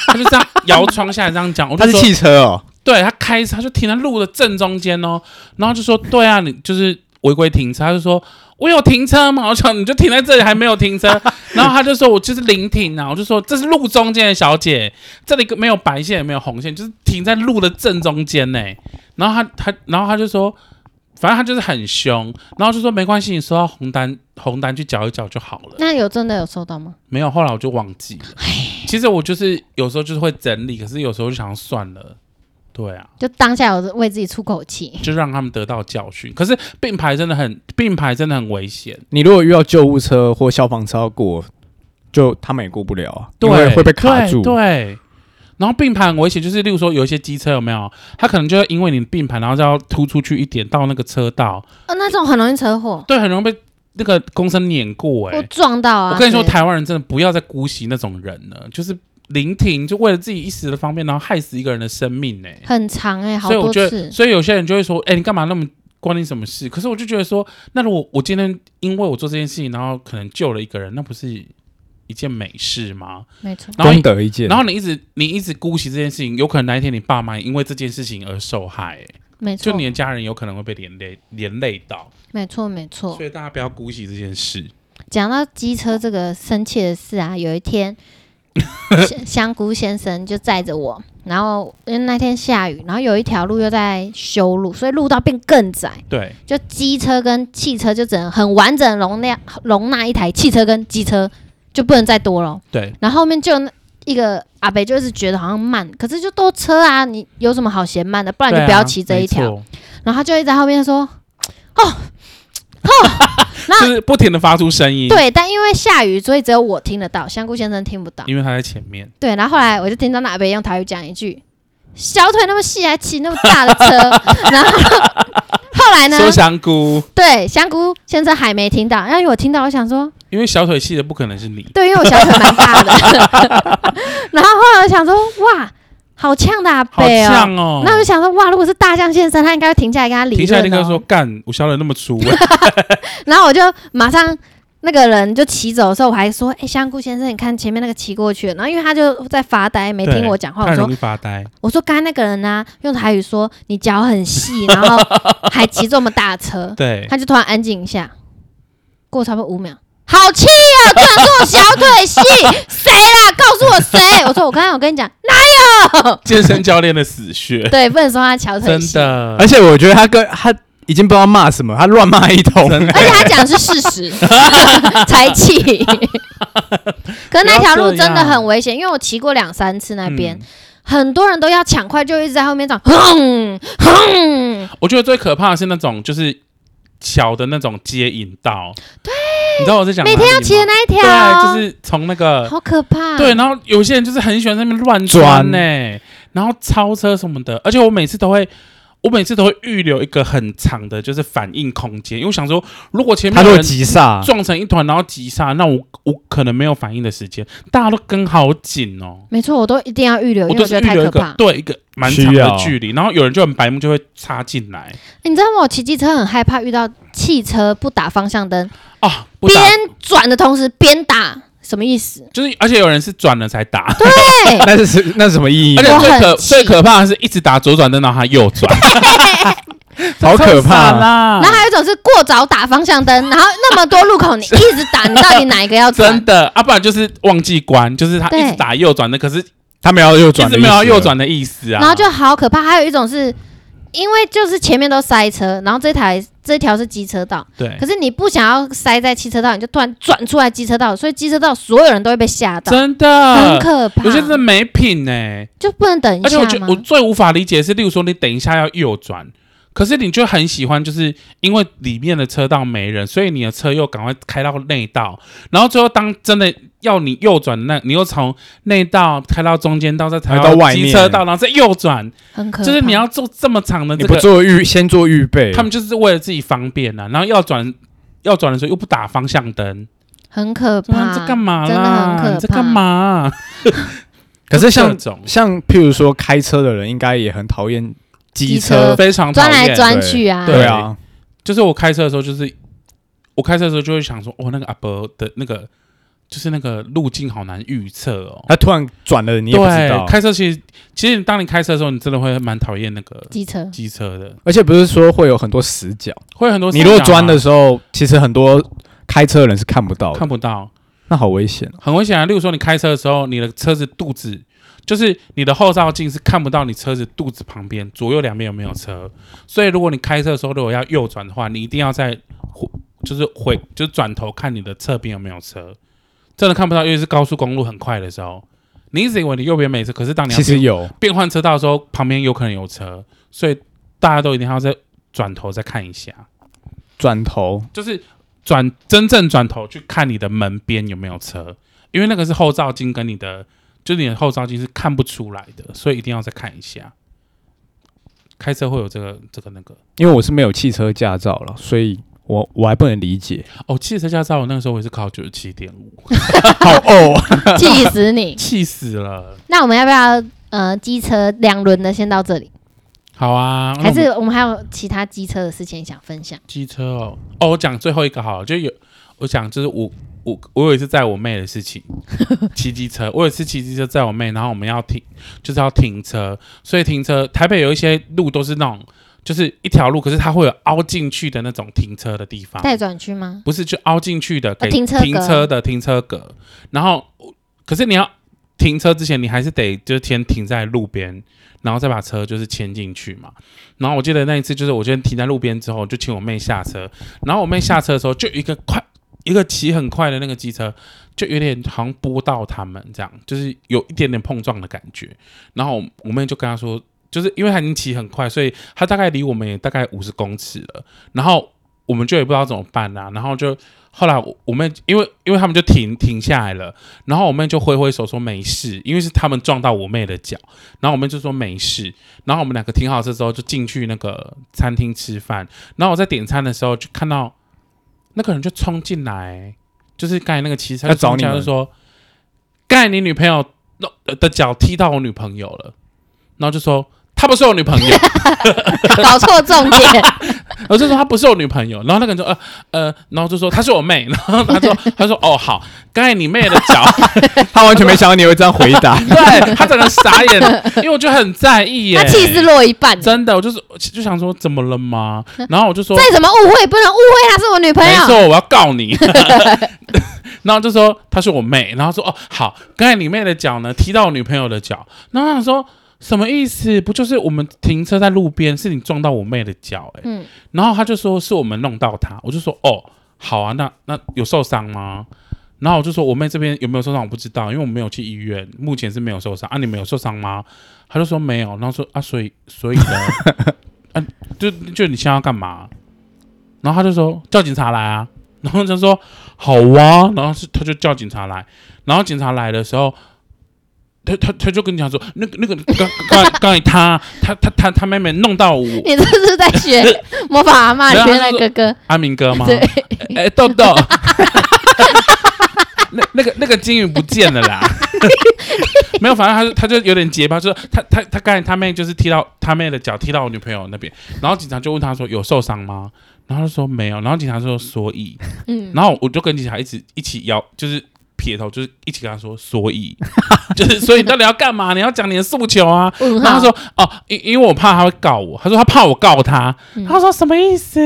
她就这样摇窗下来这样讲， (laughs) 我他就是说汽车哦，：“对，她开车，她就停在路的正中间哦。”然后就说：“对啊，你就是违规停车。”她就说：“我有停车吗？”我想你就停在这里，还没有停车。 (laughs) 然后她就说：“我就是临停啊。”我就说：“这是路中间的小姐，这里没有白线，也没有红线，就是停在路的正中间呢。”然后她她，然后她就说。反正她就是很凶，然后就说没关系，你收到红单，红单去缴一缴就好了。那有真的有收到吗？没有，后来我就忘记了。其实我就是有时候就是会整理，可是有时候就想算了，对啊，就当下我为自己出口气。就让他们得到教训。可是并排真的很，并排真的很危险。你如果遇到救护车或消防车要过，就他们也过不了啊，因为对，会被卡住。对。对然后并排很危险，就是例如说有一些机车有没有，它可能就会因为你并排，然后就要突出去一点到那个车道，呃，那种很容易车祸，对，很容易被那个公车碾过、欸。或撞到啊。我跟你说，之类的台湾人真的不要再姑息那种人了，就是临停就为了自己一时的方便，然后害死一个人的生命欸呢、很长哎，好所以我多觉得，次。所以有些人就会说，哎、你干嘛那么关你什么事？可是我就觉得说，那如果我今天因为我做这件事情，然后可能救了一个人，那不是一件美事吗？没错，然后功德一件。然后你一直你一直姑息这件事情，有可能哪一天你爸妈也因为这件事情而受害、哎没就错你，的家人有可能会被连累连累到，没错，没错所。以大家不要姑息这件事。讲到机车这个生气的事啊，有 (laughs) 一天香香菇先生就载着我，然后因为那天下雨，然后有一条路又在修路，所以路道变更窄，对，就机车跟汽车就只能很完整容量容纳一台汽车跟机车，就不能再多了。对，然后后面就那一个阿北就是觉得好像慢，可是就都车啊，你有什么好嫌慢的？不然就对啊不要骑这一条。，没错然后他就一直在后面说。那就是不停的发出声音，，对，但因为下雨，所以只有我听得到，香菇先生听不到。因为他在前面。对，然后后来我就听到那边用台语讲一句：“小腿那么细，还骑那么大 (laughs) 的车。”然后后来呢？收香菇，对，香菇先生还没听到，然后我听到，我想说，因为小腿细的不可能是你，对，因为我小腿蛮大的。 (laughs) 然后后来我想说，哇，好呛的阿好北哦。像哦。那我就想说，哇，如果是大象先生，他应该会停下来跟他理停下来论、立刻哦。 (laughs) 说：“干，我小腿那么粗。然后我就马上那个人就骑走的时候，我还说：“哎、香菇先生，你看前面那个骑过去了。”然后因为他就在发呆，没听对我讲 (laughs) 话。太我说容易发 (laughs) 呆。：“我说刚才那个人呢、用台语说你脚很细，然后还骑这么大车。” (laughs) 对，他就突然安静一下，过差不多五秒，好气啊！居然说我小腿细，谁啦？告诉我谁？我说我刚才有跟你讲，哪有？健身教练的死 (laughs) 穴，对，不能说他小腿真细，的而。且我觉得他跟他已经不知道骂什么，他乱骂一通。(laughs) (laughs) 而且他讲的是事实，才气。可是那条路真的很危险，因为我骑过两三次那边，嗯很多人都要抢快，就一直在后面讲哼哼。我觉得最可怕的是那种就是桥的那种接引道。对，你知道我在讲每天哪里要吗骑的那一条，对，啊就是从那个好可怕。对，然后有些人就是很喜欢在那边乱钻呢、然后超车什么的，而且我每次都会。我每次都会预留一个很长的，就是反应空间，因为我想说，如果前他面都有会人急刹，撞成一团，然后急刹，那我我可能没有反应的时间，大家都跟好紧哦。没错，我都一定要预留，我呃因为都我是觉预得太留一可个怕。对一个蛮长需的要距离，然后有人就很白目就会插进来你知道吗？我骑机车很害怕遇到汽车不打方向灯，啊，不边打转的同时边打，什么意思？就是而且有人是转了才 (laughs) 打，对，那是什那是什么意义而吗？且我最很可气最可怕的是一直打左转灯，然后他右 (laughs) 转，好这超可怕傻啦！然后还有一种是过早打方向灯，然后那么多路口你一直打，你到底哪一个 (laughs) 要真转？的啊，不然就是忘记关，就是他一直对打右转的，可是一他们要右转，直没有要右，转的意思啊。然后就好可怕。还有一种是因为就是前面都塞车，然后这台这条是机车道，对可，是你不想要塞在汽车道，你就突然转出来机车道，所以机车道所有人都会被吓到，真很的，可怕。有些真的没品呢、欸就不能等一而且下我觉得我吗？最无法理解的是，例如说你等一下要右转，可是你就很喜欢，就是因为里面的车道没人，所以你的车又赶快开到内道，然后最后当真的要你右转那，你又从内道开到中间道，再开开到外面机车道，然后再右转，很可怕。就是你要做这么长的你这不个做预先做预备，他们就是为了自己方便啊呐、然后要转要转的时候又不打方向灯，很可啊怕，你在干嘛真的很啦？可怕。你在干嘛、 (laughs) 可是各像种像譬如说开车的人，应该也很讨厌机机车车，非常讨钻来厌。钻去啊？对对啊，就是我开车的时候，就是我开车的时候就会想说，哦，那个阿伯的那个就是那个路径好难预测哦。他突然转了，你也不知道对，。开车其实其实当你开车的时候，你真的会蛮讨厌那个机 (laughs) 车机车的，而且不是说会有很多死角，会有很多你如果死角啊钻的时候，其实很多开车的人是看不到的，看不到，那好危险哦。很危险啊。例如说，你开车的时候，你的车子肚子就是你的后照镜是看不到你车子肚子旁边左右两边有没有车，所以如果你开车的时候如果要右转的话，你一定要在回就是回就是转头看你的侧边有没有车，真的看不到，尤其是高速公路很快的时候，你一直以为你右边没车，可是当你要其实变有，变换车道的时候，旁边有可能有车，所以大家都一定要再转头再看一下，转头就是转真正转头去看你的门边有没有车，因为那个是后照镜跟你的，就是你的后照镜是看不出来的，所以一定要再看一下。开车会有这个这个那个因为我是没有汽车驾照了，所以我我还不能 (laughs) 理解。哦，汽车驾照我那个时候我也是考九十七点五， (laughs) 好哦，气死你！气死了。那我们要不要呃机车两轮的先到这里？好啊，那还我们是我们还有其他机车的事情想分享？机车哦哦，我讲最后一个好了，就有我讲就是我我我有一次载我妹的事情， (laughs) 骑机车，我有一次骑机车载我妹，然后我们要停就是要停车，所以停车台北有一些路都是那种就是一条路，可是它会有凹进去的那种停车的地方，待转区吗？哦不是就凹进去的给停车格停车的停车格，然后可是你要停车之前，你还是得就是先停在路边，然后再把车就是牵进去嘛。然后我记得那一次就是我先停在路边之后，就请我妹下车，然后我妹下车的时候就有一个快一个骑很快的那个机车，就有点好像拨到他们这样，就是有一点点碰撞的感觉。然后我妹就跟她说。就是因为她已经骑很快，所以她大概离我们也大概五十公尺了。然后我们就也不知道怎么办啦、然后就后来我我妹因为因为他们就停停下来了，然后我妹就挥挥手说没事，因为是他们撞到我妹的脚，然后我妹就说没事，然后我们两个停好车之后就进去那个餐厅吃饭，然后我在点餐的时候就看到那个人就冲进来，就是刚才那个骑车要找你就冲进来们就说，刚才你女朋友弄的脚踢到我女朋友了，然后就说她不是我女朋友。搞错重点，然后就说他不是我女朋友，然后那个人说呃呃，然后就说她是我妹， (laughs) 然后他说他说哦好，刚才你妹的 (laughs) 脚，。他完全没想到你会这样回答 (laughs) 对他整个傻眼，因为我就很在意 (laughs) 耶，他气势落一半。真的，我就是就想说怎么了 (laughs) 吗？然后我就哦说再怎么误会，不能误会她是我女朋没友。错，我要告你。 (laughs) 然后就说她是我妹，然后说哦好，刚才你妹的脚呢踢到我女朋友的脚，然后我想说什么意思？不就是我们停车在路边，是你撞到我妹的脚哎、欸嗯，然后他就说是我们弄到她，我就说哦好啊，那那有受伤吗？然后我就说我妹这边有没有受伤我不知道，因为我没有去医院，目前是没有受伤啊。你们有受伤吗？他就说没有，然后说啊所以所以呢， (laughs) 啊就就你现在要干嘛？然后他就说叫警察来啊，然后就说好啊，然后是他就叫警察来，然后警察来的时候，他他他就跟你讲说，那个那个刚刚刚才他他他他他妹妹弄到我你这是在学 (laughs) 模仿阿妈，没有学她那是哥哥。阿明哥吗？ (laughs) 对，哎、豆豆， (laughs) 那那个那个金鱼不见了啦。 (laughs) 没有，反正他就他就有点结巴，就是他他他刚才他妹就是踢到他妹的脚，踢到我女朋友那边，然后警察就问他说有受伤吗？然后他就说没有，然后警察说所以，嗯，然后我就跟警察一起一起摇，就是撇头，就是一起跟他说所以， (laughs) 就是所以你到底要干嘛？你要讲你的诉求啊，嗯问然后他号。说哦，因因为我怕他会告我，他说他怕我告他，嗯他说什么意思？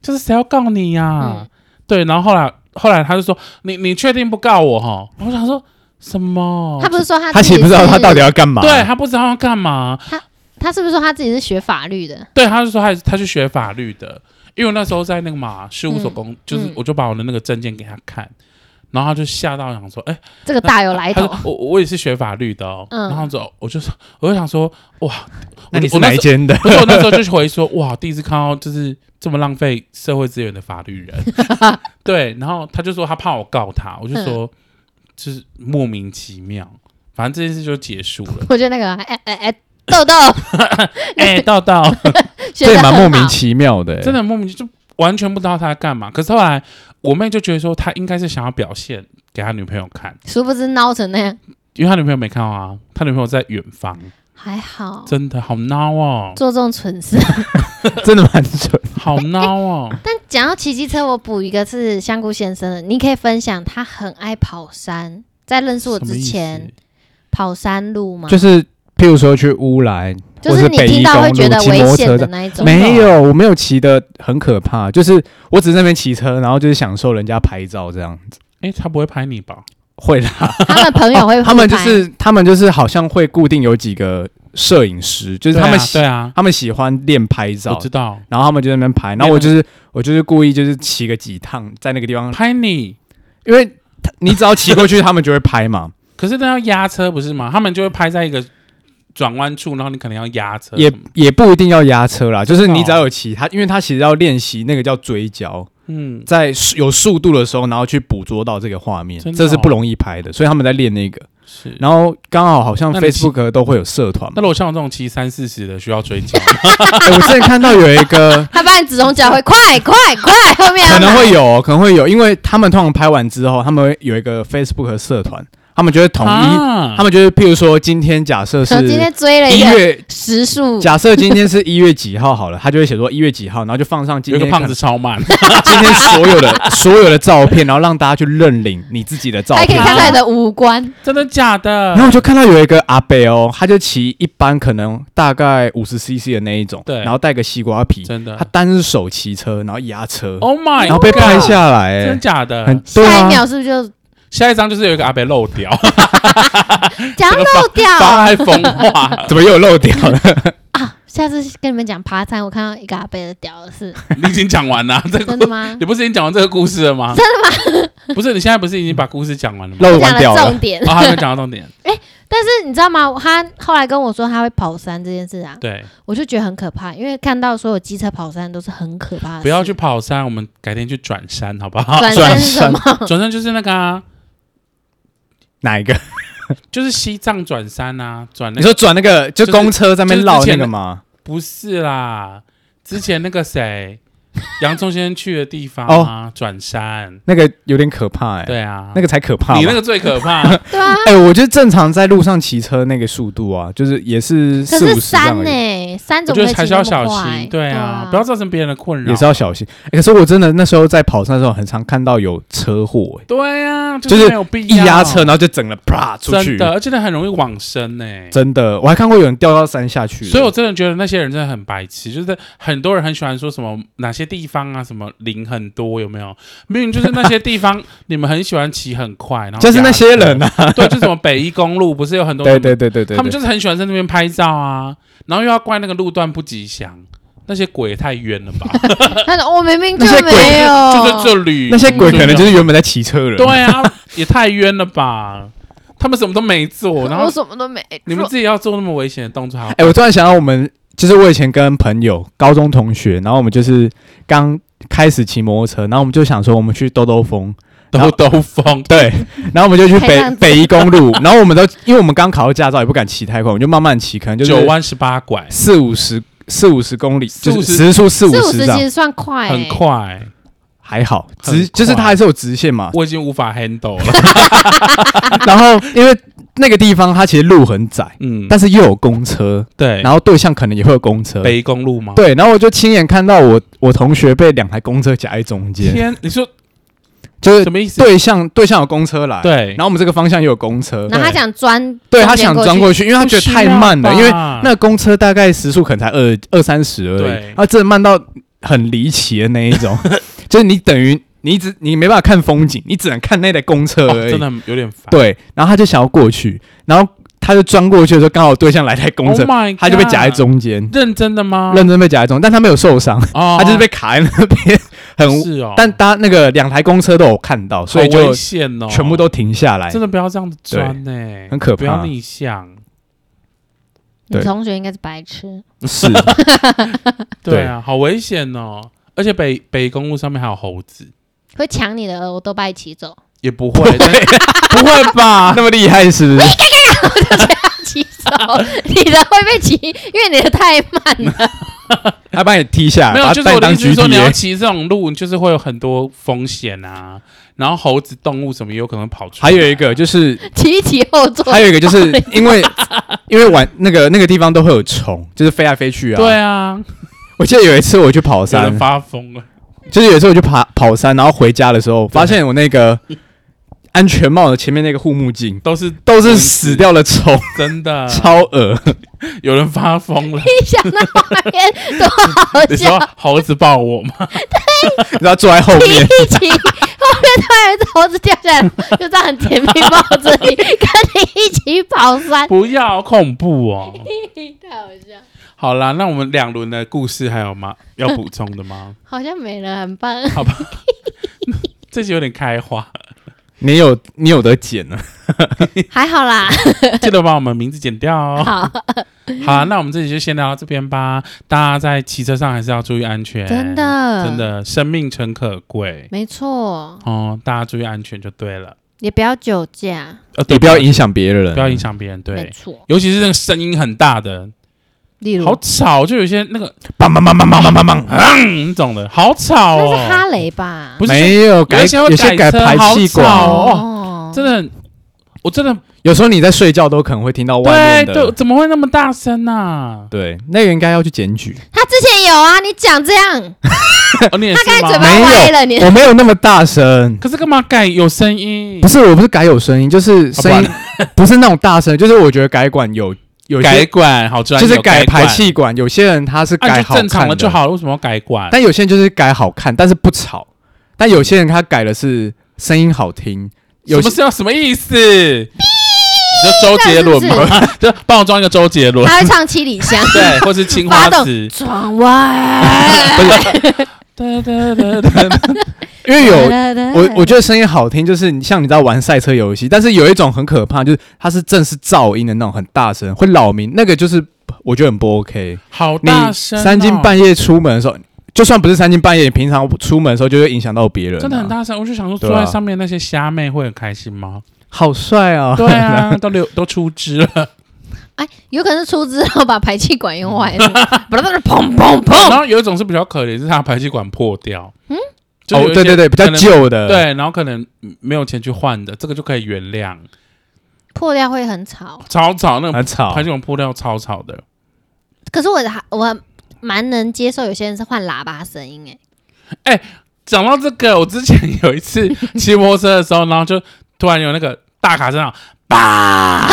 就是谁要告你呀、嗯对，然后后来后来他就说你你确定不告我哈？我想说什么他？不是说他他自己其实不知道他是到底，要干嘛。对他不知道要干嘛，他是不是说他自己是学法律的？对，他就说他他去学法律的，因为我那时候在那个嘛事务所嗯工，就是嗯我就把我的那个证件给他看，然后他就吓到想说，哎、这个大有来他头说。我我也是学法律的哦，嗯。然后就我就说我就想说哇，那你我是那哪一时 (laughs) 间的？不是我那时候就回说，哇，第一次看到就是这么浪费社会资源的法律人。对，然后他就说他怕我告他，我就说、就是莫名其妙，反正这件事就结束了 (laughs) (laughs) 我觉得那个哎哎哎，豆 (laughs) 豆哎、道 (laughs) 道学这的也蛮莫名其妙的欸。真的莫名其就完全不知道他在干嘛。可是后来我妹就觉得说，他应该是想要表现给他女朋友看，殊不知孬成那样，因为他女朋友没看到啊，他女朋友在远方，还好真的好孬哦，哦做这种蠢事。 (laughs) 真的蛮蠢。好孬哦。但讲到骑机车，我补一个是香菇先生的，你可以分享他很爱跑山，在认识我什么之意思前跑山路吗？就是譬如说去乌来，就或是是你北听宜到会公觉路得骑危摩托险车的的那一种，没有，我没有骑的很可怕，就是我只是在那边骑车，然后就是享受人家拍照这样。哎、他不会拍你吧？会啦，他们朋友会、哦他们就是他们就是好像会固定有几个摄影师，就是他们喜、对啊，他们喜欢练拍对啊照我知，道，然后他们就在那边拍，然后我就是我就是故意就是骑个几趟在那个地方，拍你。因为他你只要骑过去，他们就会 (laughs) 拍嘛，可是那要压车不是吗？他们就会拍在一个转弯处，然后你可能要压车。也也不一定要压车啦，就是真的你哦只要有骑他，因为他其实要练习那个叫追焦，嗯，在速有速度的时候，然后去捕捉到这个画面，真的这是哦不容易拍的，所以他们在练那个。是。然后刚好好像那你骑 Facebook 都会有社团那 (laughs) 嘛，如果像我这种骑三四十的，需要追加， (laughs) 哎我之前看到有一个。他把你指中脚会快快快，后面要可能来会有哦，可能会有，因为他们通常拍完之后，他们会有一个 Facebook 社团，他们就会统一，啊他们就是譬如说今天假设哦可是能今天嗯追了一一个月，时速，假设今天是一月几号好了，他就会写说一月几号，然后就放上今有一天个胖子超慢，看 (laughs) 今天所 (laughs) 有的所有的照片，然后让大家去认领你自己的照还可以片。看到你的五官，真的假的然后？我就看到有一个阿伯哦，他就骑一般可能大概五十 CC 的那一种，对然后带个西瓜皮，真的他单手骑车，然后压车， ？Oh my！然后被 God 拍，下来、真的哎假很的？对下一啊。秒是不是就下一张就是有一个阿北漏 (laughs) 掉，讲漏掉？妨碍风化。 (laughs) 怎么又漏掉了？啊下次跟你们讲爬山，我看到一个阿贝的屌的 (laughs) 事，你已经讲完了，这真个的吗你？不是已经讲完这个故事了吗？真的吗？不是，你现在不是已经把故事讲完 (laughs) 了吗？漏我讲完掉了了重。点， (laughs) 哦，还没有讲到重点。但是你知道吗？他后来跟我说他会跑山这件事啊，对，我就觉得很可怕，因为看到所有机车跑山都是很可怕的事。不要去跑山，我们改天去转山，好不好？转啊转山是什么？转山就是那个啊，哪一个？就是西藏转山啊，转那你个说转那个就就是公车在那边绕就是之那前个吗？不是啦，之前那个谁，洋葱先生去的地方啊，转山，那个有点可怕哦哎、对啊，那个才可怕吧。你那个最可怕， (laughs) 对啊，哎、我觉得正常在路上骑车那个速度啊，就是也是可四五是十这样山而呢、已。欸，三我种觉的得还是要小快心，，对啊，不要造成别人的困扰，也是要小心、欸可是我真的那时候在跑山的时候，很常看到有车祸、欸，对啊，就是是没有必一要压车，然后就整个啪出去，真的，而且那很容易往生呢、真的我还看过有人掉到山下去了，所以我真的觉得那些人真的很白痴，就是很多人很喜欢说什么哪些地方啊，什么林很多有没有？明明就是那些地方 (laughs) 你们很喜欢骑很快，然后就是那些人啊， (laughs) 啊，对，就什么北一公路不是有很多对对对对对对，他们就是很喜欢在那边拍照啊，然后又要怪那个路段不吉祥，那些鬼也太冤了吧？ (laughs) 他说我明明就 (laughs) 那些鬼就没是有，这里那些鬼可能就是原本在骑车人，对啊，也太冤了吧？他们什么都没 (laughs) 做，然我后什么都没做。你们自己要做那么危险的动作，好哎、我突然想到，我们就是我以前跟朋友、高中同学，然后我们就是刚开始骑摩托车，然后我们就想说，我们去兜兜风，然兜后兜风， (laughs) 对，然后我们就去开北上北宜 (laughs) 公路，然后我们都因为我们刚考到驾照，也不敢骑太快，我们就慢慢骑，可能就是九弯十八拐，四五十、四五十公里，就是40时速四五四五十十这其样，实算快、欸，很。快，还好，很直就是它快还是有直线嘛。我已经无法 handle (laughs) 了。然后因为那个地方它其实路很窄，嗯，但是又有公车，对，然后呃对向可能也会有公车。北宜公路吗？，对，然后我就亲眼看到我我同学被两台公车夹在中间，天，你说就是什么意思？对向对向有公车来，，对，然后我们这个方向也有公车，然后他想钻，对他想钻过去，因为他觉得太慢了，因为那那个公车大概时速可能才二二三十而对已，他真的慢到很离奇的那一 (laughs) 种，就是你等于你只你没办法看风景，你只能看那台公车哦而已，真的很有点烦。对，然后他就想要过去，然后他就钻过去的时候，刚好对向来台公 Oh 车， my，哦他就被夹在，中间，认真的吗？认真被夹在中间，但他没有受伤。哦，他就是被卡在那边， (laughs) 很是哦，但搭那个两台公车都有看到，所以好就危险哦，全部都停下来。真的不要这样子钻呢、很可怕不要逆向。你对同学应该是白痴，是，对啊，好危险哦！而且北北公路上面还有猴子，会抢你的鹅，都把你骑走， (laughs) 也不会，但是不会 (laughs) 吧？那么厉害是不是？骑走你的会被骑，因为你的太慢了。他把你踢 (laughs) 下没来，有，把就他是啊把我的当意思是狙说，击欸你要耶。骑这种路，就是会有很多风险啊。然后猴子、动物什么也有可能跑出来。还有一 (laughs) 个就是，骑一骑后座，还有一个就是因为因为晚那个那个地方都会有虫，就是飞来飞去啊。对，啊，我记得有一次我去跑有山人，发疯了，就是有一次我去爬跑山，然后回家的时候发现我那个安全帽的前面那个护目镜都是嗯都是死掉的虫，真的，啊超恶。 (laughs) 有人发疯了。你想那画面多 (laughs) 好你笑说，猴子抱我吗？然后坐在后骑面，一骑，后面突然有一只猴子掉下来，就这样很甜蜜抱着你，跟你一起跑山，不要，好恐怖哦！太好笑了，好啦，那我们两轮的故事还有 (laughs) 吗？要补充的吗？好像没了，很棒。 (laughs) 好吧，这集有点开 (laughs) 花，你有你有得捡呢。还好啦，记得把我们名字剪掉哦。好，好啊，那我们这集就先聊到这边吧。大家在骑车上还是要注意安全，真，的，真，的，生命诚可贵没错，哦，大家注意安全就对了。也不要酒驾，呃，对也不要影响别人，不要影响别人，没对，错。嗯尤其是那个声音很大的，例如，好吵，就有一些那个棒棒棒棒棒棒棒棒，嗯，你懂的，好吵那哦，是哈雷吧？不是没有有改，一些会有些改改车排气好吵管，哦真的很，我真的有时候你在睡觉都可能会听到外对面的。对，怎么会那么大声啊 (laughs) 呐？对那个应该要去检举。他之前有啊，你讲这样，哦，你也他刚是才嘴巴吗？没有歪了，你我没有那么大声，可是干嘛改有声音不？是，我不是改有声音，就是声啊音 (laughs) 不是那种大声，就是我觉得改管有有改些管好专业，就是改管排，气管，有些人他是啊改你就好正看常了就，好了，为什么要改管？但有些人就是改好看，但是不吵；但有些人他改的是声音好听，有什些么是要什么意思？你说周杰伦这吗？ (laughs) 就帮我装一个周杰伦，》，他会唱《七里香 (laughs) 对，或是青花发动瓷。窗外。哒哒哒哒哒因哎为有我我就觉得声音好听，就是你像你在玩赛车游戏，但是有一种很可怕，就是它是正是噪音的那种很大声，会扰民，那个就是我觉得很不 OK。 (laughs) 好你大声哦，三更半夜出门的时候，就算不是三更半夜，你平常出门的时候就会影响到别人、啊真的很，大声，我就想说对坐啊在上面那些虾妹会很开心 (laughs) 吗？好帅啊！对啊，都流都出汁 (laughs) 哦了，哎，有可能是出资，然后把排气管用 (laughs) 坏了，不是砰砰然砰。后有一种是比较可怜，是它排气管破掉，嗯，哦，对对对，比较可能旧的，，对，然后可能没有钱去换的，这个就可以原谅。破掉会很吵，超吵，那个很吵排。气管破掉超吵的，可是我还我蛮能接受有些人是换喇叭声音哎、讲到这个，我之前有一 (laughs) 次骑摩托车的时候，然后就突然有那个大卡声啊，叭，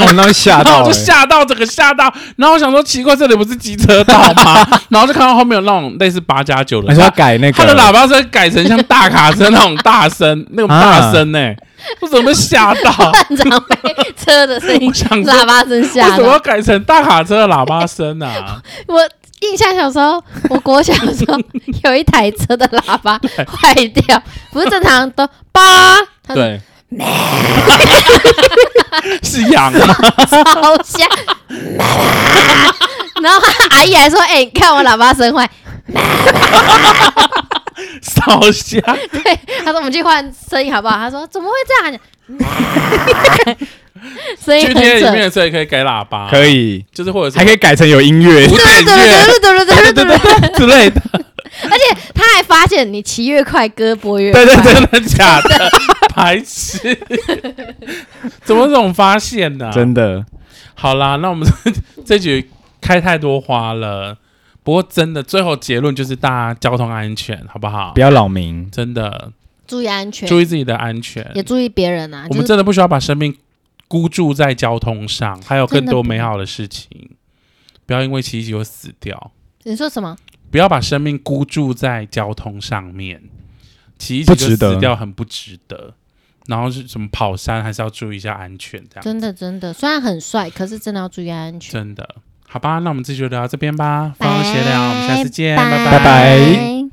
我那会啊吓然后我到 (laughs) 就欸，吓到，整个吓到。然后我想说，奇怪，这里不是机车道 (laughs) 吗？然后就看到后面有那种类似八加九的，你说要改那个他的喇叭声改成像大卡车那种大 (laughs) 声，那种大声啊呢、我怎么被吓到？班长被车的声音我想、说喇叭声为吓什么要到。改成大卡车的喇叭声啊？我印象小时候，我国小的时候有一台车的喇叭坏掉，不是正常都叭，它 (laughs) 是对， (laughs) 是啊羊吗？超像。然后阿姨还说：“哎、你看我喇叭声坏。烧香？”对，她说：“我们去换声音好不好？”她说：“怎么会这样？”声音今很天里面准。的车也可以改喇叭，可以，就是或者是还可以改成有音乐古，典乐对对对对对对对，之类的，他还发现你骑越快，歌播越快。对对对，真的假的？白痴，怎么这种发现呢、 (laughs) 真的好啦，那我们 (laughs) 这局开太多花了。不过真的，最后结论就是大家交通安全，好不好不？要扰民，真的注意安全，注意自己的安全。也注意别人啊。我就们是真的不需要把生命孤注在交通上，还有更真的多不美好的事情。不要因为骑一骑就死掉，你说什么？不要把生命孤注在交通上面，骑一骑不就值得死掉很不值得。然后是什么跑山，还是要注意一下安全，这样真的真的，虽然很帅，可是真的要注意安全。真的好吧？那我们这集就聊到这边吧，放松闲聊，我们下次见，拜拜拜拜